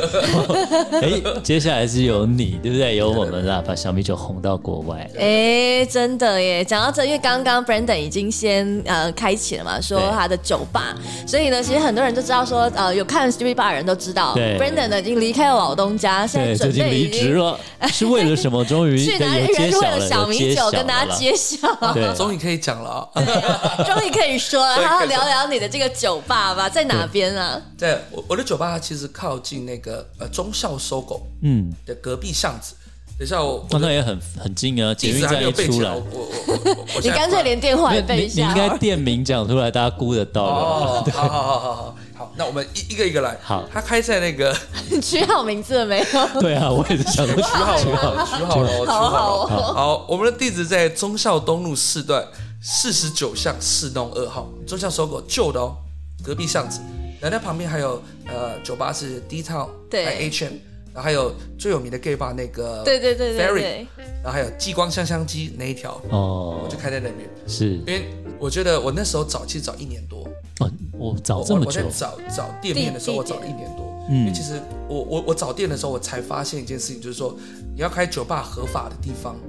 [SPEAKER 2] 哎，接下来是由你，对不对？由我们啦，把小米酒红到国外。
[SPEAKER 3] 哎，真的耶！讲到这，因为刚刚 Brandon 已经先呃开启了嘛，说他的酒吧，所以呢，其实很多人就知道说，呃，有看 Stupid Bar 的人都知道
[SPEAKER 2] 对
[SPEAKER 3] ，Brandon 呢已经离开了老东家，现在
[SPEAKER 2] 对，
[SPEAKER 3] 准
[SPEAKER 2] 最近
[SPEAKER 3] 备
[SPEAKER 2] 离
[SPEAKER 3] 已
[SPEAKER 2] 职
[SPEAKER 3] 经
[SPEAKER 2] 了，是为了什么？终于
[SPEAKER 3] 去
[SPEAKER 2] 对
[SPEAKER 3] 哪里？
[SPEAKER 2] 有揭
[SPEAKER 3] 原
[SPEAKER 2] 晓了，
[SPEAKER 3] 来是为了小
[SPEAKER 2] 有揭
[SPEAKER 3] 米酒
[SPEAKER 2] 晓
[SPEAKER 3] 跟大
[SPEAKER 2] 了
[SPEAKER 3] 家
[SPEAKER 2] 啦
[SPEAKER 3] 揭晓。
[SPEAKER 2] 对
[SPEAKER 1] 终于可以讲了啊！
[SPEAKER 3] 终于可以说了，
[SPEAKER 1] 终于可以
[SPEAKER 3] 好好
[SPEAKER 1] 说
[SPEAKER 3] 聊聊你的这个酒吧吧，在哪边啊？
[SPEAKER 1] 在我我的酒吧其实靠近那个呃忠孝搜狗
[SPEAKER 2] 嗯，
[SPEAKER 1] 的隔壁巷子。等一下我
[SPEAKER 2] 哦
[SPEAKER 1] 我
[SPEAKER 2] 那
[SPEAKER 1] 的
[SPEAKER 2] 也很很近啊，捷
[SPEAKER 1] 地
[SPEAKER 2] 运
[SPEAKER 1] 址还没
[SPEAKER 2] 站一
[SPEAKER 1] 有背起
[SPEAKER 2] 出
[SPEAKER 1] 来，
[SPEAKER 2] 来
[SPEAKER 1] 我。我我我我
[SPEAKER 3] 你
[SPEAKER 1] 现在
[SPEAKER 3] 干脆连电话
[SPEAKER 2] 没
[SPEAKER 3] 也
[SPEAKER 2] 有你
[SPEAKER 3] 背一
[SPEAKER 2] 你应
[SPEAKER 3] 下好
[SPEAKER 2] 该
[SPEAKER 3] 了。
[SPEAKER 2] 店名讲出来，大家估得到了。
[SPEAKER 1] 哦，好好好好好好，那我们一一个一个来。
[SPEAKER 2] 好
[SPEAKER 1] 他开在那个徐
[SPEAKER 3] 你取好名字 了没有？
[SPEAKER 2] 对啊，我也是想说，
[SPEAKER 1] 号徐号徐号楼，
[SPEAKER 3] 好好
[SPEAKER 1] 楼。
[SPEAKER 3] 哦，
[SPEAKER 1] 好，我们的地址在忠孝东路四段四十九巷四弄二号，忠孝搜狗旧的哦，隔壁巷子。然后那旁边还有呃酒吧是 D Town，
[SPEAKER 3] 对
[SPEAKER 1] H M，然后还有最有名的 gay bar 那个
[SPEAKER 3] 对对对对
[SPEAKER 1] Ferry，
[SPEAKER 3] 对，
[SPEAKER 1] 然后还有激光香香鸡那一条，
[SPEAKER 2] 哦
[SPEAKER 1] 我就，开在那边。
[SPEAKER 2] 是
[SPEAKER 1] 因为我觉得我那时候找其实找一年多，
[SPEAKER 2] 哦，我
[SPEAKER 1] 我
[SPEAKER 2] 找这
[SPEAKER 1] 我
[SPEAKER 2] 么
[SPEAKER 1] 我在
[SPEAKER 2] 久，
[SPEAKER 1] 找找店面的时候，
[SPEAKER 3] 地
[SPEAKER 1] 我找了一年多。因为
[SPEAKER 2] 嗯
[SPEAKER 1] 其，实我我我找店的时候，我才发现一件事情，就是说你要开酒吧合法的地方，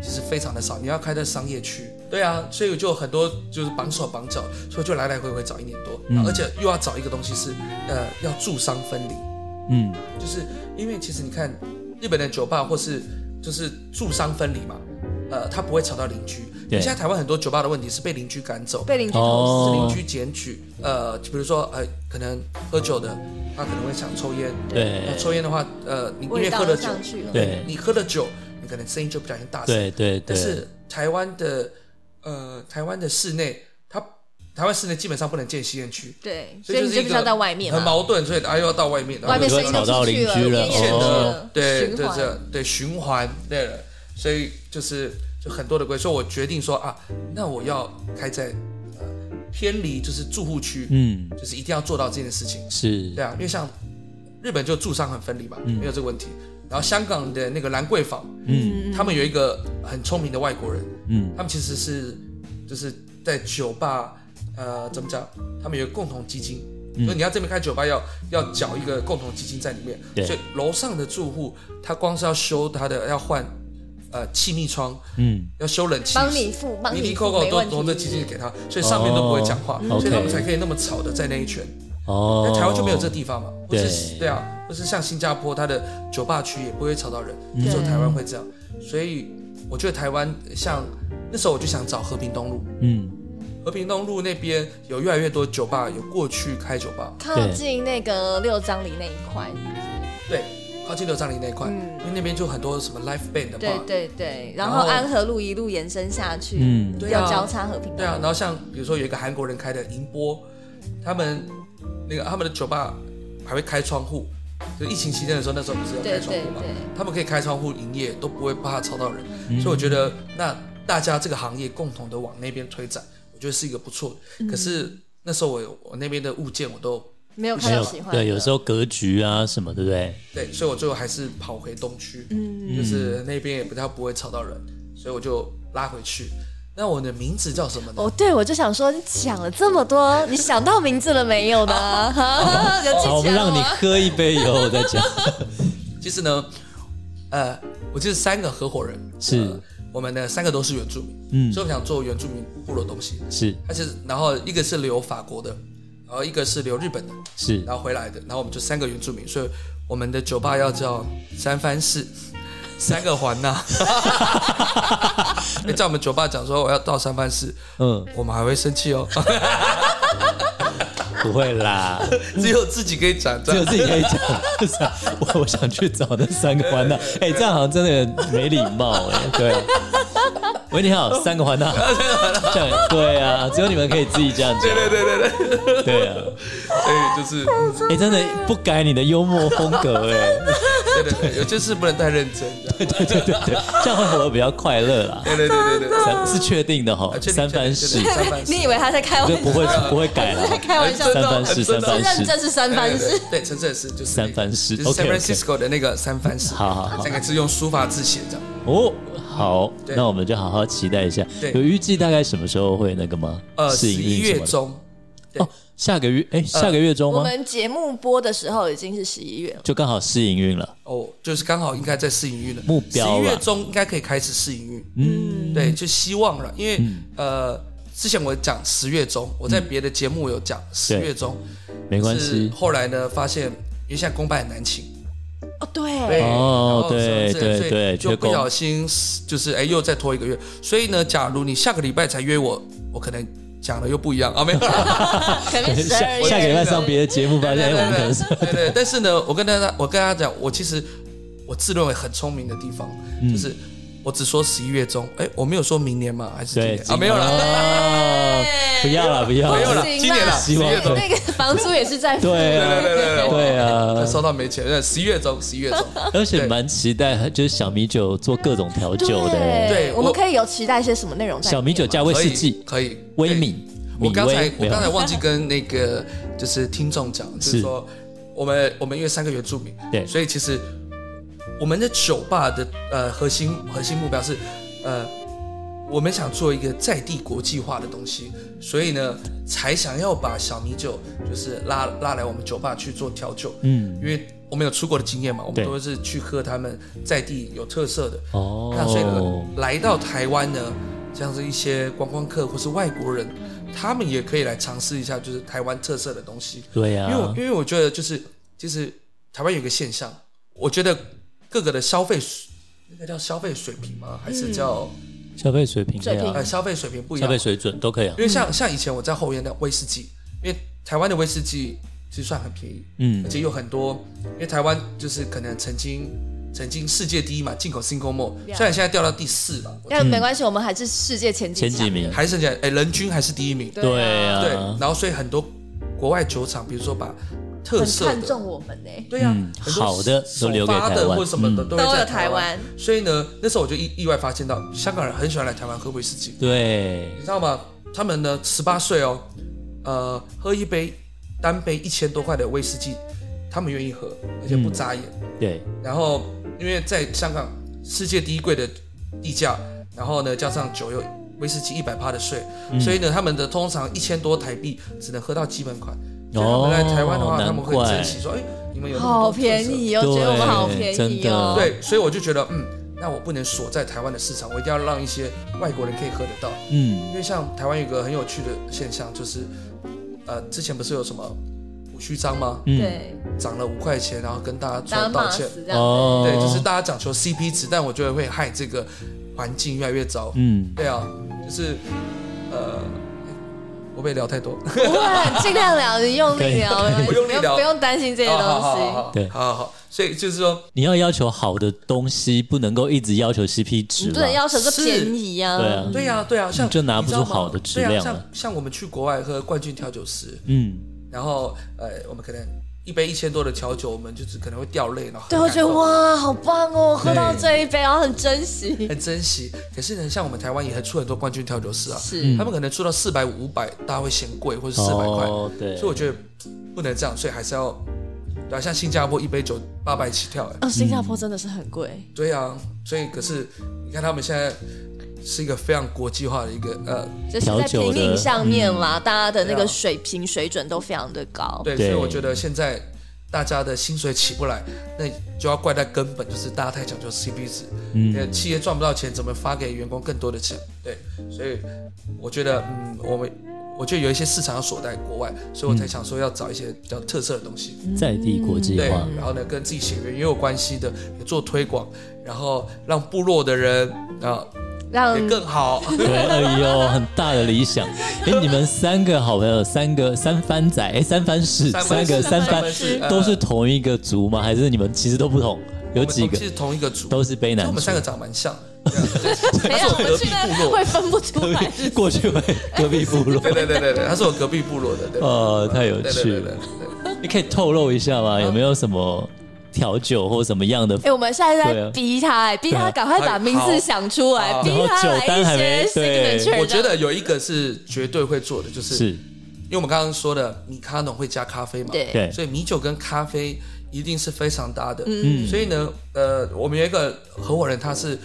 [SPEAKER 1] 其实非常的少，你要开在商业区。对啊，所以我就很多就是绑手绑脚，所以就来来回回找一年多，
[SPEAKER 2] 嗯
[SPEAKER 1] 而且又要找一个东西是呃要住商分离，
[SPEAKER 2] 嗯，
[SPEAKER 1] 就是因为其实你看日本的酒吧或是就是住商分离嘛，呃，它不会吵到邻居。因
[SPEAKER 2] 对
[SPEAKER 1] 为现在台湾很多酒吧的问题是被邻居赶走，
[SPEAKER 3] 被邻居
[SPEAKER 2] 哦
[SPEAKER 3] 投
[SPEAKER 1] 是邻居检举，呃，比如说呃，可能喝酒的，他可能会想抽烟，
[SPEAKER 2] 对
[SPEAKER 1] 那抽烟的话，呃，你
[SPEAKER 3] 诉，
[SPEAKER 1] 因
[SPEAKER 3] 味
[SPEAKER 1] 为
[SPEAKER 3] 道
[SPEAKER 1] 喝
[SPEAKER 3] 都
[SPEAKER 1] 了酒，
[SPEAKER 3] 上去了。
[SPEAKER 2] 对
[SPEAKER 1] 你喝了酒，你可能声音就不小心大声。
[SPEAKER 2] 对对
[SPEAKER 1] 但
[SPEAKER 2] 对，
[SPEAKER 1] 是台湾的呃，台湾的室内，它台湾室内基本上不能建吸烟区，
[SPEAKER 3] 对，
[SPEAKER 1] 所
[SPEAKER 3] 所
[SPEAKER 1] 以
[SPEAKER 3] 以
[SPEAKER 1] 就是
[SPEAKER 3] 你就
[SPEAKER 1] 一
[SPEAKER 3] 必
[SPEAKER 1] 个
[SPEAKER 3] 须要在外面
[SPEAKER 1] 很
[SPEAKER 3] 嘛，
[SPEAKER 1] 矛盾，所以啊又要到外面，然后
[SPEAKER 3] 外面
[SPEAKER 2] 就
[SPEAKER 3] 声
[SPEAKER 2] 会
[SPEAKER 3] 音
[SPEAKER 2] 吵
[SPEAKER 3] 都
[SPEAKER 2] 到
[SPEAKER 3] 出去
[SPEAKER 2] 邻居了
[SPEAKER 3] 烟也出去
[SPEAKER 1] 选
[SPEAKER 3] 了
[SPEAKER 1] 择，哦对
[SPEAKER 3] 循
[SPEAKER 1] 对
[SPEAKER 3] 环
[SPEAKER 1] 这对循环对了，所以就是就很多的规，所以我决定说啊，那我要开在呃偏离就是住户区，
[SPEAKER 2] 嗯，
[SPEAKER 1] 就是一定要做到这件事情。
[SPEAKER 2] 是
[SPEAKER 1] 对啊，因为像日本就住商很分离嘛，没有这个问题。然后香港的那个兰桂坊，
[SPEAKER 2] 嗯
[SPEAKER 1] 他们有一个很聪明的外国人，
[SPEAKER 2] 嗯
[SPEAKER 1] 他们其实是就是在酒吧，呃，怎么讲？他们有一个共同基金，
[SPEAKER 2] 嗯
[SPEAKER 1] 所以你要这边开酒吧要要缴一个共同基金在里面。
[SPEAKER 2] 对
[SPEAKER 1] 所以楼上的住户，他光是要修他的要换呃气密窗，
[SPEAKER 2] 嗯，
[SPEAKER 1] 要修冷气，
[SPEAKER 3] 帮你付，帮
[SPEAKER 1] 你
[SPEAKER 3] 你付，
[SPEAKER 1] 扣扣
[SPEAKER 3] 没
[SPEAKER 1] 都
[SPEAKER 3] 问
[SPEAKER 1] 都这基金
[SPEAKER 3] 题。
[SPEAKER 1] 给他，所以上面都不会讲话，
[SPEAKER 2] 哦
[SPEAKER 1] 所以他们
[SPEAKER 2] OK
[SPEAKER 1] 才可以那么吵的在那一圈。
[SPEAKER 2] 哦
[SPEAKER 1] 但，台湾就没有这地方嘛，或是
[SPEAKER 2] 对
[SPEAKER 1] 对啊，或是像新加坡，它的酒吧区也不会吵到人，
[SPEAKER 2] 嗯
[SPEAKER 1] 只有台湾会这样。所以我觉得台湾像那时候我就想找和平东路，
[SPEAKER 2] 嗯，
[SPEAKER 1] 和平东路那边有越来越多酒吧，有过去开酒吧，
[SPEAKER 3] 靠近那个六张里那一块，
[SPEAKER 1] 对，靠近六张里那一块，因为那边就很多什么 l i f e band 的
[SPEAKER 3] 嗯对
[SPEAKER 1] bar，
[SPEAKER 3] 对对，然
[SPEAKER 1] 然
[SPEAKER 3] 后
[SPEAKER 1] 后
[SPEAKER 3] 安和路一路延伸下去，
[SPEAKER 2] 嗯
[SPEAKER 1] 对啊
[SPEAKER 3] 要交叉和平。
[SPEAKER 1] 对啊，然后像比如说有一个韩国人开的银波，他们那个他们的酒吧还会开窗户，就疫情期间的时候，那时候不是要
[SPEAKER 3] 对
[SPEAKER 1] 开窗
[SPEAKER 3] 对
[SPEAKER 1] 户嘛，
[SPEAKER 3] 对，
[SPEAKER 1] 他们可以开窗户营业，都不会怕吵到人。
[SPEAKER 2] 嗯
[SPEAKER 1] 所以我觉得那大家这个行业共同的往那边推展，我觉得是一个不错的。
[SPEAKER 3] 嗯
[SPEAKER 1] 可是那时候我有我那边的物件我都
[SPEAKER 3] 没有看
[SPEAKER 2] 没
[SPEAKER 3] 到
[SPEAKER 2] 有
[SPEAKER 3] 喜欢
[SPEAKER 1] 嗯
[SPEAKER 3] 的。
[SPEAKER 2] 对，有时候格局啊什么，对不对？
[SPEAKER 1] 对，所以我最后还是跑回东区，
[SPEAKER 3] 嗯
[SPEAKER 1] 就是那边也比较不会吵到人，所以我就拉回去。那我的名字叫什么呢？
[SPEAKER 3] 哦，对，我就想说，你讲了这么多，你想到名字了没有呢？哈 有啊
[SPEAKER 2] 好，我
[SPEAKER 3] 记
[SPEAKER 2] 们
[SPEAKER 3] 起来
[SPEAKER 1] 啊
[SPEAKER 3] 了
[SPEAKER 2] 让你
[SPEAKER 3] 吗？
[SPEAKER 2] 喝一杯以后再 讲。
[SPEAKER 1] 其实呢，呃，我就是三个合伙人，
[SPEAKER 2] 是
[SPEAKER 1] 呃我们呢三个都是原住民，
[SPEAKER 2] 嗯
[SPEAKER 1] 所，以我们想做原住民部落的东西。
[SPEAKER 2] 是
[SPEAKER 1] 而且然后一个是留法国的，然后一个是留日本的，
[SPEAKER 2] 是
[SPEAKER 1] 然后回来的，然后我们就三个原住民，所以我们的酒吧要叫三藩市。 三个环呐、 你在我们酒吧讲说我要到三藩市，
[SPEAKER 2] 嗯，
[SPEAKER 1] 我们还会生气哦。
[SPEAKER 2] 不会啦，
[SPEAKER 1] 只有自己可以讲，这
[SPEAKER 2] 只有
[SPEAKER 1] 样
[SPEAKER 2] 自己可以讲。不是啊我我想去找那三个环岛，哎、这样好像真的很没礼貌哎、 对。喂，你好，三个环岛，这样对啊，只有你们可以自己这样讲，
[SPEAKER 1] 对对对对，
[SPEAKER 2] 对啊，
[SPEAKER 1] 所以就是
[SPEAKER 2] 哎、真的不改你的幽默风 格哎、
[SPEAKER 1] 对对对，有些事不能太认真，这样
[SPEAKER 2] 对对对对，这样会活得比较快乐啦。
[SPEAKER 1] 对对对对对
[SPEAKER 2] 三是确定的哈
[SPEAKER 1] 啊，确定
[SPEAKER 2] 三藩市
[SPEAKER 1] 确定确定三藩市
[SPEAKER 3] 你以为他在开玩
[SPEAKER 2] 就
[SPEAKER 3] 笑？
[SPEAKER 2] 不会不会改了，
[SPEAKER 3] 在开玩笑
[SPEAKER 1] 真
[SPEAKER 2] 三
[SPEAKER 1] 的
[SPEAKER 2] 藩市三
[SPEAKER 1] 真的
[SPEAKER 2] 藩
[SPEAKER 3] 认
[SPEAKER 2] 市，
[SPEAKER 3] 真是三藩
[SPEAKER 1] 对，对对
[SPEAKER 3] 市。
[SPEAKER 1] 对，陈志也是就是
[SPEAKER 2] 三藩市
[SPEAKER 1] 就是 San
[SPEAKER 2] OK，OK
[SPEAKER 1] Francisco 的那个三藩市，
[SPEAKER 2] 好好好
[SPEAKER 1] 三个字用书法字写这样。
[SPEAKER 2] 哦，好，
[SPEAKER 1] 对
[SPEAKER 2] 那我们就好好期待一下。
[SPEAKER 1] 对
[SPEAKER 2] 有预计大概什么时候会那个吗？
[SPEAKER 1] 呃，
[SPEAKER 2] 试
[SPEAKER 1] 十
[SPEAKER 2] 营
[SPEAKER 1] 一
[SPEAKER 2] 运什么
[SPEAKER 1] 月
[SPEAKER 2] 的
[SPEAKER 1] 中，对呃
[SPEAKER 2] 哦，下个月哎、下个月中
[SPEAKER 3] 我
[SPEAKER 2] 吗？
[SPEAKER 3] 们节目播的时候已经是十一月了，
[SPEAKER 2] 就刚好试营运了。
[SPEAKER 1] 哦，就是刚好应该在试营运了，
[SPEAKER 2] 目标
[SPEAKER 1] 十一
[SPEAKER 2] 啦
[SPEAKER 1] 月中应该可以开始试营运。嗯，对，就希望了，因为、
[SPEAKER 2] 嗯
[SPEAKER 1] 呃，之前我讲十月中，我在别的节目有讲十月中，
[SPEAKER 2] 没关
[SPEAKER 1] 是
[SPEAKER 2] 系
[SPEAKER 1] 后来呢发现，因为现在公办很难请，
[SPEAKER 3] 哦，对，
[SPEAKER 1] 对，
[SPEAKER 2] 哦
[SPEAKER 1] 然后
[SPEAKER 2] 对
[SPEAKER 1] 所以
[SPEAKER 2] 对
[SPEAKER 1] 所以
[SPEAKER 2] 对
[SPEAKER 1] 就
[SPEAKER 2] 缺
[SPEAKER 1] 不
[SPEAKER 2] 工
[SPEAKER 1] 小心就是哎又再拖一个月，所以呢，假如你下个礼拜才约我，我可能讲的又不一样啊，没有啦。
[SPEAKER 3] 可能十
[SPEAKER 2] 下
[SPEAKER 3] 二
[SPEAKER 2] 下个礼拜上别的节目，发现哎，
[SPEAKER 1] 对
[SPEAKER 2] 我们可能是
[SPEAKER 1] 对对对，但是呢，我跟大家，我跟大家讲，我其实我自认为很聪明的地方，
[SPEAKER 2] 嗯
[SPEAKER 1] 就是我只说十一月中，哎，我没有说明年嘛，还是今
[SPEAKER 2] 对
[SPEAKER 1] 年啊？没有了，
[SPEAKER 2] 哦不要了，不 要啊
[SPEAKER 1] 没有
[SPEAKER 2] 了
[SPEAKER 1] 啦，今年啦
[SPEAKER 3] 了，
[SPEAKER 1] 希
[SPEAKER 2] 望
[SPEAKER 3] 那个那个房租也是在付的
[SPEAKER 2] 对啊
[SPEAKER 1] 对对对对
[SPEAKER 2] 对啊，
[SPEAKER 1] 收到没钱，对十一月中，十一月中，
[SPEAKER 2] 而且蛮期待，就是小米酒做各种调酒的，
[SPEAKER 1] 对
[SPEAKER 3] 我们
[SPEAKER 1] 我
[SPEAKER 3] 可以有期待一些什么内容在里面吗？
[SPEAKER 2] 小米酒加威
[SPEAKER 1] 可
[SPEAKER 2] 士
[SPEAKER 1] 以
[SPEAKER 2] 忌、
[SPEAKER 1] 可以，
[SPEAKER 2] 威
[SPEAKER 1] 对
[SPEAKER 2] 敏、米
[SPEAKER 1] 我刚才
[SPEAKER 2] 威，
[SPEAKER 1] 我
[SPEAKER 2] 没有
[SPEAKER 1] 刚才忘记跟那个就是听众讲，就是说我们我们因为三个原住民，
[SPEAKER 2] 对
[SPEAKER 1] 所以其实我们的酒吧的呃核心核心目标是呃我们想做一个在地国际化的东西，所以呢才想要把小米酒就是拉拉来我们酒吧去做调酒，
[SPEAKER 2] 嗯
[SPEAKER 1] 因为我们有出国的经验嘛，我
[SPEAKER 2] 对
[SPEAKER 1] 们都是去喝他们在地有特色的，
[SPEAKER 2] 哦
[SPEAKER 1] 那所以呢，来到台湾呢，像是一些观光客或是外国人，他们也可以来尝试一下，就是台湾特色的东西。
[SPEAKER 2] 对
[SPEAKER 1] 因为我
[SPEAKER 2] 啊
[SPEAKER 1] 因，为我觉得就是就是台湾有一个现象，我觉得各个的消费水那个叫消费水平吗？还是叫、
[SPEAKER 2] 消费水平
[SPEAKER 3] 水
[SPEAKER 2] 对啊
[SPEAKER 1] 呃，消费水平不一
[SPEAKER 2] 消
[SPEAKER 1] 样
[SPEAKER 2] 费？水准都可以啊
[SPEAKER 1] 因，为像像以前我在后院的威士忌，因为台湾的威士忌其实算很便宜，
[SPEAKER 2] 嗯
[SPEAKER 1] 而且有很多，因为台湾就是可能曾经曾经世界第一嘛，进口 single malt，
[SPEAKER 3] Yeah
[SPEAKER 1] 虽然现在掉到第四了，我
[SPEAKER 3] 但没关系，我们还是世界前几
[SPEAKER 2] 嗯前几
[SPEAKER 3] 强
[SPEAKER 2] 名，
[SPEAKER 1] 还剩下哎，人均还是第一名。
[SPEAKER 2] 对
[SPEAKER 3] 啊，
[SPEAKER 1] 对
[SPEAKER 2] 啊，，
[SPEAKER 1] 然后所以很多国外酒厂，比如说把特
[SPEAKER 2] 啊
[SPEAKER 3] 很
[SPEAKER 1] 色
[SPEAKER 3] 看
[SPEAKER 1] 的，
[SPEAKER 3] 重我们呢，
[SPEAKER 1] 对呀、
[SPEAKER 2] 嗯
[SPEAKER 1] 很多
[SPEAKER 2] 好的
[SPEAKER 1] 首
[SPEAKER 2] 都留给
[SPEAKER 1] 发
[SPEAKER 2] 台
[SPEAKER 1] 的
[SPEAKER 2] 湾
[SPEAKER 1] 或者什么的
[SPEAKER 2] 嗯
[SPEAKER 1] 都
[SPEAKER 3] 都
[SPEAKER 1] 会
[SPEAKER 3] 有
[SPEAKER 1] 在
[SPEAKER 3] 台
[SPEAKER 1] 台湾。
[SPEAKER 3] 湾，
[SPEAKER 1] 所以呢，那时候我就意意外发现到，香港人很喜欢来台湾喝威士忌，
[SPEAKER 2] 对
[SPEAKER 1] 你知道吗？他们呢，十八岁哦，呃，喝一杯单杯一千多块的威士忌，他们愿意喝，而且
[SPEAKER 2] 嗯
[SPEAKER 1] 不扎眼。
[SPEAKER 2] 对，
[SPEAKER 1] 然后因为在香港世界第一贵的地价，然后呢加上酒又威士忌一百趴的税，所以呢他们的通常一千多台币只能喝到基本款。所以他们来台湾的话，
[SPEAKER 2] 哦
[SPEAKER 1] 他们会
[SPEAKER 2] 难怪
[SPEAKER 1] 珍惜说，哎，你们有那么多
[SPEAKER 3] 好
[SPEAKER 1] 特色
[SPEAKER 3] 便。宜哦，
[SPEAKER 2] 对
[SPEAKER 3] 觉得我们好便
[SPEAKER 2] 真
[SPEAKER 3] 宜
[SPEAKER 2] 的
[SPEAKER 3] 哦，
[SPEAKER 1] 对，所以我就觉得，嗯，那我不能锁在台湾的市场，我一定要让一些外国人可以喝得到。
[SPEAKER 2] 嗯
[SPEAKER 1] 因为像台湾有个很有趣的现象，就是，呃，之前不是有什么胡须章吗？
[SPEAKER 2] 嗯，
[SPEAKER 3] 对，
[SPEAKER 1] 涨了五块钱，然后跟大家出来
[SPEAKER 3] 当
[SPEAKER 1] 道
[SPEAKER 3] 马
[SPEAKER 1] 歉。
[SPEAKER 3] 斯这样，
[SPEAKER 2] 哦，
[SPEAKER 1] 对，就是大家讲求 CP 值，但我觉得会害这个环境越来越糟。
[SPEAKER 2] 嗯，
[SPEAKER 1] 对啊，就是呃，我被聊太多，
[SPEAKER 3] 不会，尽量聊，你用 力聊，没关系
[SPEAKER 1] 我用力聊
[SPEAKER 3] 不用担心这些
[SPEAKER 1] 好好好
[SPEAKER 3] 东
[SPEAKER 1] 好，
[SPEAKER 2] 对
[SPEAKER 1] 好好好，所以就是说，
[SPEAKER 2] 你要要求好的东西，不能够一直要求 CP
[SPEAKER 3] 西，
[SPEAKER 2] 值
[SPEAKER 3] 你不
[SPEAKER 2] 啦
[SPEAKER 3] 能。要求这
[SPEAKER 1] 是
[SPEAKER 3] 便宜啊，
[SPEAKER 2] 对啊，
[SPEAKER 1] 对啊，对啊，像
[SPEAKER 2] 就拿不
[SPEAKER 1] 你知道
[SPEAKER 2] 出好的
[SPEAKER 1] 吗
[SPEAKER 2] 质量
[SPEAKER 1] 对
[SPEAKER 2] 了
[SPEAKER 1] 啊，像像我们去国外喝冠军调酒师，
[SPEAKER 2] 嗯，
[SPEAKER 1] 然后呃，我们可能一杯一千多的调酒，我们就是可能会掉泪，然后很
[SPEAKER 3] 对，我觉得
[SPEAKER 1] 感动
[SPEAKER 3] 哇，好棒哦，喝到
[SPEAKER 2] 对嗯
[SPEAKER 3] 这一杯，然后很珍惜，
[SPEAKER 1] 很珍惜。可是呢，像我们台湾也很出很多冠军调酒师啊，
[SPEAKER 3] 是
[SPEAKER 2] 嗯
[SPEAKER 1] 他们可能出到四百五百，大家会嫌贵，或者四百块。
[SPEAKER 2] 哦，对，
[SPEAKER 1] 所以我觉得不能这样，所以还是要，对啊，像新加坡一杯酒八百起跳，哎，
[SPEAKER 3] 哦，新加坡真的是很贵，
[SPEAKER 1] 对啊，所以可是你看他们现在是一个非常国际化的一个呃，
[SPEAKER 3] 就是在
[SPEAKER 2] 调酒
[SPEAKER 3] 品
[SPEAKER 2] 的嗯
[SPEAKER 3] 饮上面啦，大家的那
[SPEAKER 1] 对
[SPEAKER 3] 个
[SPEAKER 1] 啊
[SPEAKER 3] 水平水准都非常的高。
[SPEAKER 1] 对，所
[SPEAKER 2] 对
[SPEAKER 1] 以我觉得现在大家的薪水起不来，那就要怪在根本，就是大家太讲究 CP 值，嗯，企业赚不到钱，怎么发给员工更多的钱？对，所以我觉得，嗯，我们。我觉得有一些市场要锁在国外，所以我才想说要找一些比较特色的东西。
[SPEAKER 2] 在地国际
[SPEAKER 1] 对
[SPEAKER 2] 化，，
[SPEAKER 1] 然后呢，跟自己血缘也有关系的，也做推广，然后让部落的人啊、
[SPEAKER 3] 让
[SPEAKER 1] 也更好。
[SPEAKER 2] 对，哎呦，很大的理想。哎，你们三个好朋友，三个三番仔，哎，三番是三个
[SPEAKER 1] 三
[SPEAKER 2] 三番
[SPEAKER 1] 番呃是
[SPEAKER 2] 都是同一个族吗？还是你们其实都不同？有几个
[SPEAKER 1] 是同一个族，
[SPEAKER 2] 都是卑
[SPEAKER 1] 就我
[SPEAKER 2] 南
[SPEAKER 1] 们
[SPEAKER 2] 族
[SPEAKER 1] 三？个长蛮像的。
[SPEAKER 3] 没有，我们去那会分不出 来。
[SPEAKER 2] 过去会隔壁部落，
[SPEAKER 1] 对对对对对，他是我隔壁部落的，对。
[SPEAKER 2] 呃，太有
[SPEAKER 1] 对对
[SPEAKER 2] 趣
[SPEAKER 1] 对对
[SPEAKER 2] 了。
[SPEAKER 1] 对，
[SPEAKER 2] 你可以透露一下吗？有没有什么调酒或什么样的
[SPEAKER 3] 哎、？我们现在
[SPEAKER 2] 对
[SPEAKER 3] 在
[SPEAKER 2] 啊
[SPEAKER 3] 逼他、哎，逼
[SPEAKER 2] 对
[SPEAKER 3] 他
[SPEAKER 2] 啊
[SPEAKER 3] 赶快把名字想出来，
[SPEAKER 1] 好
[SPEAKER 3] 逼他
[SPEAKER 2] 然后
[SPEAKER 3] 来
[SPEAKER 2] 酒单还没
[SPEAKER 3] 一些
[SPEAKER 2] 对
[SPEAKER 3] signature
[SPEAKER 1] 我觉得有一个是绝对会做的，就是
[SPEAKER 2] 是，
[SPEAKER 1] 因为我们刚刚说的米卡农会加咖啡嘛，
[SPEAKER 3] 对
[SPEAKER 2] 对，
[SPEAKER 1] 所以米酒跟咖啡一定是非常搭的。
[SPEAKER 2] 嗯
[SPEAKER 1] 所以呢，呃，我们有一个合伙人，他是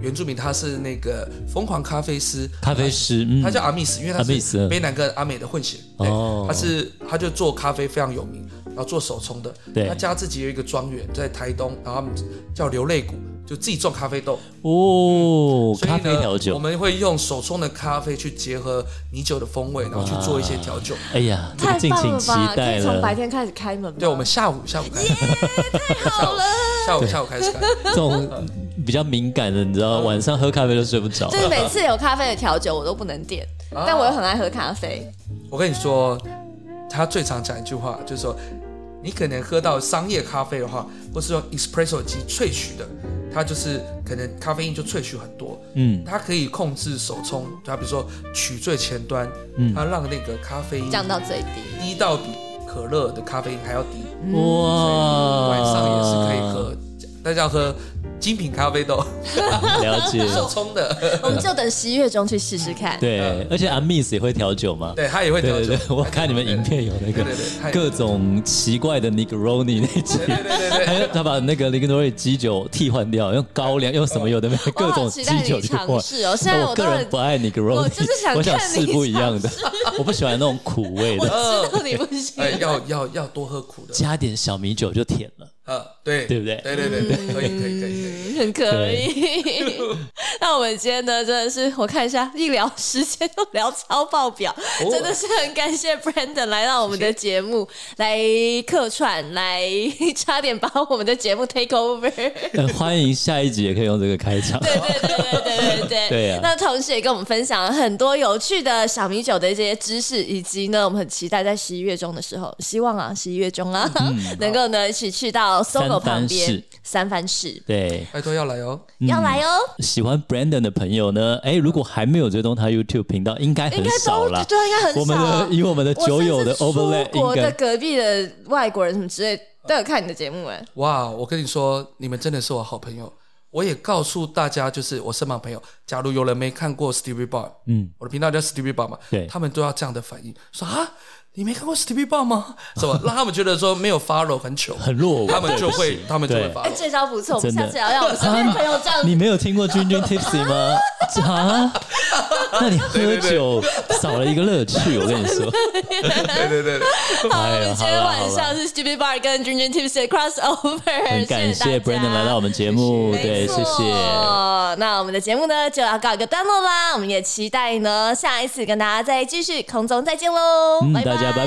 [SPEAKER 1] 原住民，他是那个疯狂咖啡师，
[SPEAKER 2] 咖啡师，嗯
[SPEAKER 1] 他叫阿密斯，因为他
[SPEAKER 2] 阿密斯嗯
[SPEAKER 1] 是卑南跟阿美的混血，对，
[SPEAKER 2] 哦
[SPEAKER 1] 他是他就做咖啡非常有名，然后做手冲的，
[SPEAKER 2] 对
[SPEAKER 1] 他家自己有一个庄园在台东，然后他们叫流泪谷，就自己种咖啡豆，
[SPEAKER 2] 哦，
[SPEAKER 1] 所以
[SPEAKER 2] 咖
[SPEAKER 1] 呢
[SPEAKER 2] 啡调
[SPEAKER 1] 我
[SPEAKER 2] 酒，
[SPEAKER 1] 们会用手冲的咖啡去结合米酒的风味，然后去做一些调酒。
[SPEAKER 2] 哎呀，这
[SPEAKER 4] 太
[SPEAKER 2] 个敬
[SPEAKER 4] 棒
[SPEAKER 2] 请
[SPEAKER 4] 了
[SPEAKER 2] 期
[SPEAKER 4] 吧！可
[SPEAKER 2] 待
[SPEAKER 4] 以从白
[SPEAKER 2] 了。
[SPEAKER 4] 天开始开门吗。
[SPEAKER 1] 对，我们下午下午开始，
[SPEAKER 3] 好了，
[SPEAKER 1] 下午下午开 始开，啊
[SPEAKER 2] 这种比较敏感的，你知
[SPEAKER 1] 嗯
[SPEAKER 2] 道，晚上喝咖啡都睡不着
[SPEAKER 3] 就。是每次有咖啡的调酒我都不能点，
[SPEAKER 1] 啊
[SPEAKER 3] 但我又很爱喝咖啡。
[SPEAKER 1] 我跟你说，他最常讲一句话，就是说，你可能喝到商业咖啡的话，或是用 espresso 机萃取的，它就是可能咖啡因就萃取很多，
[SPEAKER 2] 嗯，
[SPEAKER 1] 它可以控制手冲，它比如说取最前端，它让那个咖啡因
[SPEAKER 3] 降到最 低。
[SPEAKER 1] 低到比可乐的咖啡因还要低，
[SPEAKER 2] 哇，
[SPEAKER 1] 晚上也是可以喝，大家要喝精品咖啡豆，
[SPEAKER 2] 了解。
[SPEAKER 1] 手冲的，
[SPEAKER 3] 我们就等十一月中去试试 看。
[SPEAKER 2] 对，而且阿 Miss 也会调酒嘛。
[SPEAKER 1] 对，它也会调
[SPEAKER 2] 对
[SPEAKER 1] 酒
[SPEAKER 2] 对对，。我看你们影片有
[SPEAKER 1] 对
[SPEAKER 2] 那个
[SPEAKER 1] 对对它也
[SPEAKER 2] 各种奇怪的 Negroni 那集，
[SPEAKER 1] 对对对对
[SPEAKER 2] 还
[SPEAKER 1] 对，
[SPEAKER 2] 有他把那个 Negroni 基酒替换掉，用高粱，用什么有的没有
[SPEAKER 3] 我
[SPEAKER 2] 各
[SPEAKER 3] 好
[SPEAKER 2] 种
[SPEAKER 3] 期
[SPEAKER 2] 基
[SPEAKER 3] 待
[SPEAKER 2] 酒
[SPEAKER 3] 你
[SPEAKER 2] 去换
[SPEAKER 3] 尝。试哦！现在
[SPEAKER 2] 但我
[SPEAKER 3] 我
[SPEAKER 2] 个
[SPEAKER 3] 当然
[SPEAKER 2] 人不爱 Negroni，
[SPEAKER 3] 我就是想看
[SPEAKER 2] 我想
[SPEAKER 3] 你
[SPEAKER 2] 试不一样的，我不喜欢那种苦味的，
[SPEAKER 3] 知道你不 行。
[SPEAKER 1] 哎，要要要多喝苦的，
[SPEAKER 2] 加点小米酒就甜了。
[SPEAKER 1] 呃，对，
[SPEAKER 2] 对不对
[SPEAKER 1] 对对对对，可以可以可以可以。
[SPEAKER 3] 很可以。 那我们今天呢，真的是我看一下，一聊时间就聊超爆表，
[SPEAKER 1] 哦
[SPEAKER 3] 真的是很感谢 Brandon 来到我们的节目来客串，来差点把我们的节目 take over。
[SPEAKER 2] 呃欢迎下一集也可以用这个开场。
[SPEAKER 3] 对对对对对对
[SPEAKER 2] 对啊
[SPEAKER 3] 那同时也跟我们分享了很多有趣的小米酒的一些知识，以及呢，我们很期待在十一月中的时候，希望啊，十一月中啊，
[SPEAKER 2] 嗯
[SPEAKER 3] 能够呢一起去到
[SPEAKER 2] 三
[SPEAKER 3] SOGO
[SPEAKER 2] 藩
[SPEAKER 3] 旁边
[SPEAKER 2] 市
[SPEAKER 3] 三藩市，
[SPEAKER 2] 对，
[SPEAKER 1] 拜托要来哦！
[SPEAKER 2] 嗯
[SPEAKER 3] 要来哦。
[SPEAKER 2] 喜欢 Brandon 的朋友呢，哎，如果还没有追踪他 YouTube 频道，应该
[SPEAKER 3] 应
[SPEAKER 2] 很
[SPEAKER 3] 该
[SPEAKER 2] 少
[SPEAKER 3] 都
[SPEAKER 2] 啦。
[SPEAKER 3] 对，应该很少。
[SPEAKER 2] 我们的以我们的
[SPEAKER 3] 我
[SPEAKER 2] 呃酒友的
[SPEAKER 3] 甚至
[SPEAKER 2] overlap
[SPEAKER 3] 出国
[SPEAKER 2] 应
[SPEAKER 3] 的
[SPEAKER 2] 该
[SPEAKER 3] 隔壁的外国人什么之类都有看你的节目哎、
[SPEAKER 1] 哇，我跟你说，你们真的是我好朋友。我也告诉大家，就是我身旁朋友，假如有人没看过 Stevie Bar，嗯，我的频道叫 Stevie Bar 嘛，
[SPEAKER 2] 对
[SPEAKER 1] 他们都要这样的反应，说啊，你没看过 Stevie Bar 吗？什么让他们觉得说没有 follow 很糗，
[SPEAKER 2] 很落伍，
[SPEAKER 1] 他们就会他们就会
[SPEAKER 2] 对
[SPEAKER 1] follow
[SPEAKER 3] 哎、。这招不错，我们
[SPEAKER 2] 哦真的
[SPEAKER 3] 下次也要让我们身边的朋友这 样
[SPEAKER 2] 你没有听过君君 Tipsy 吗？啊？那你喝酒少了一个乐趣，我跟你说。
[SPEAKER 1] 对对对对，
[SPEAKER 3] 好， 我
[SPEAKER 2] 哎
[SPEAKER 3] 们
[SPEAKER 2] 呀，
[SPEAKER 3] 今
[SPEAKER 2] 好
[SPEAKER 3] 天
[SPEAKER 2] 了
[SPEAKER 3] 晚
[SPEAKER 2] 好
[SPEAKER 3] 上
[SPEAKER 2] 了，
[SPEAKER 3] 是 Stupid Bar 跟 j u n j u n Tips 的 crossover，
[SPEAKER 2] 很感谢
[SPEAKER 3] 谢大家
[SPEAKER 2] Brandon 来到我们节目，对，
[SPEAKER 3] 没错
[SPEAKER 2] 谢谢。
[SPEAKER 3] 哦那我们的节目呢就要告一个段落啦，我们也期待呢下一次跟大家再继续空中再见喽，
[SPEAKER 2] 嗯，
[SPEAKER 3] 拜拜
[SPEAKER 2] 大家拜，拜，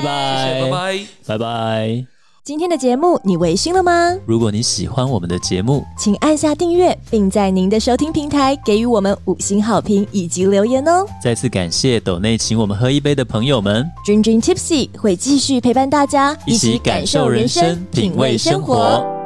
[SPEAKER 1] 拜，拜。
[SPEAKER 2] 拜拜。
[SPEAKER 3] 今天的节目你微醺了吗？
[SPEAKER 2] 如果你喜欢我们的节目，
[SPEAKER 3] 请按下订阅，并在您的收听平台给予我们五星好评以及留言哦。
[SPEAKER 2] 再次感谢斗内请我们喝一杯的朋友们，
[SPEAKER 3] 君君 Tipsy 会继续陪伴大家，
[SPEAKER 2] 一起感受人生，品味生活。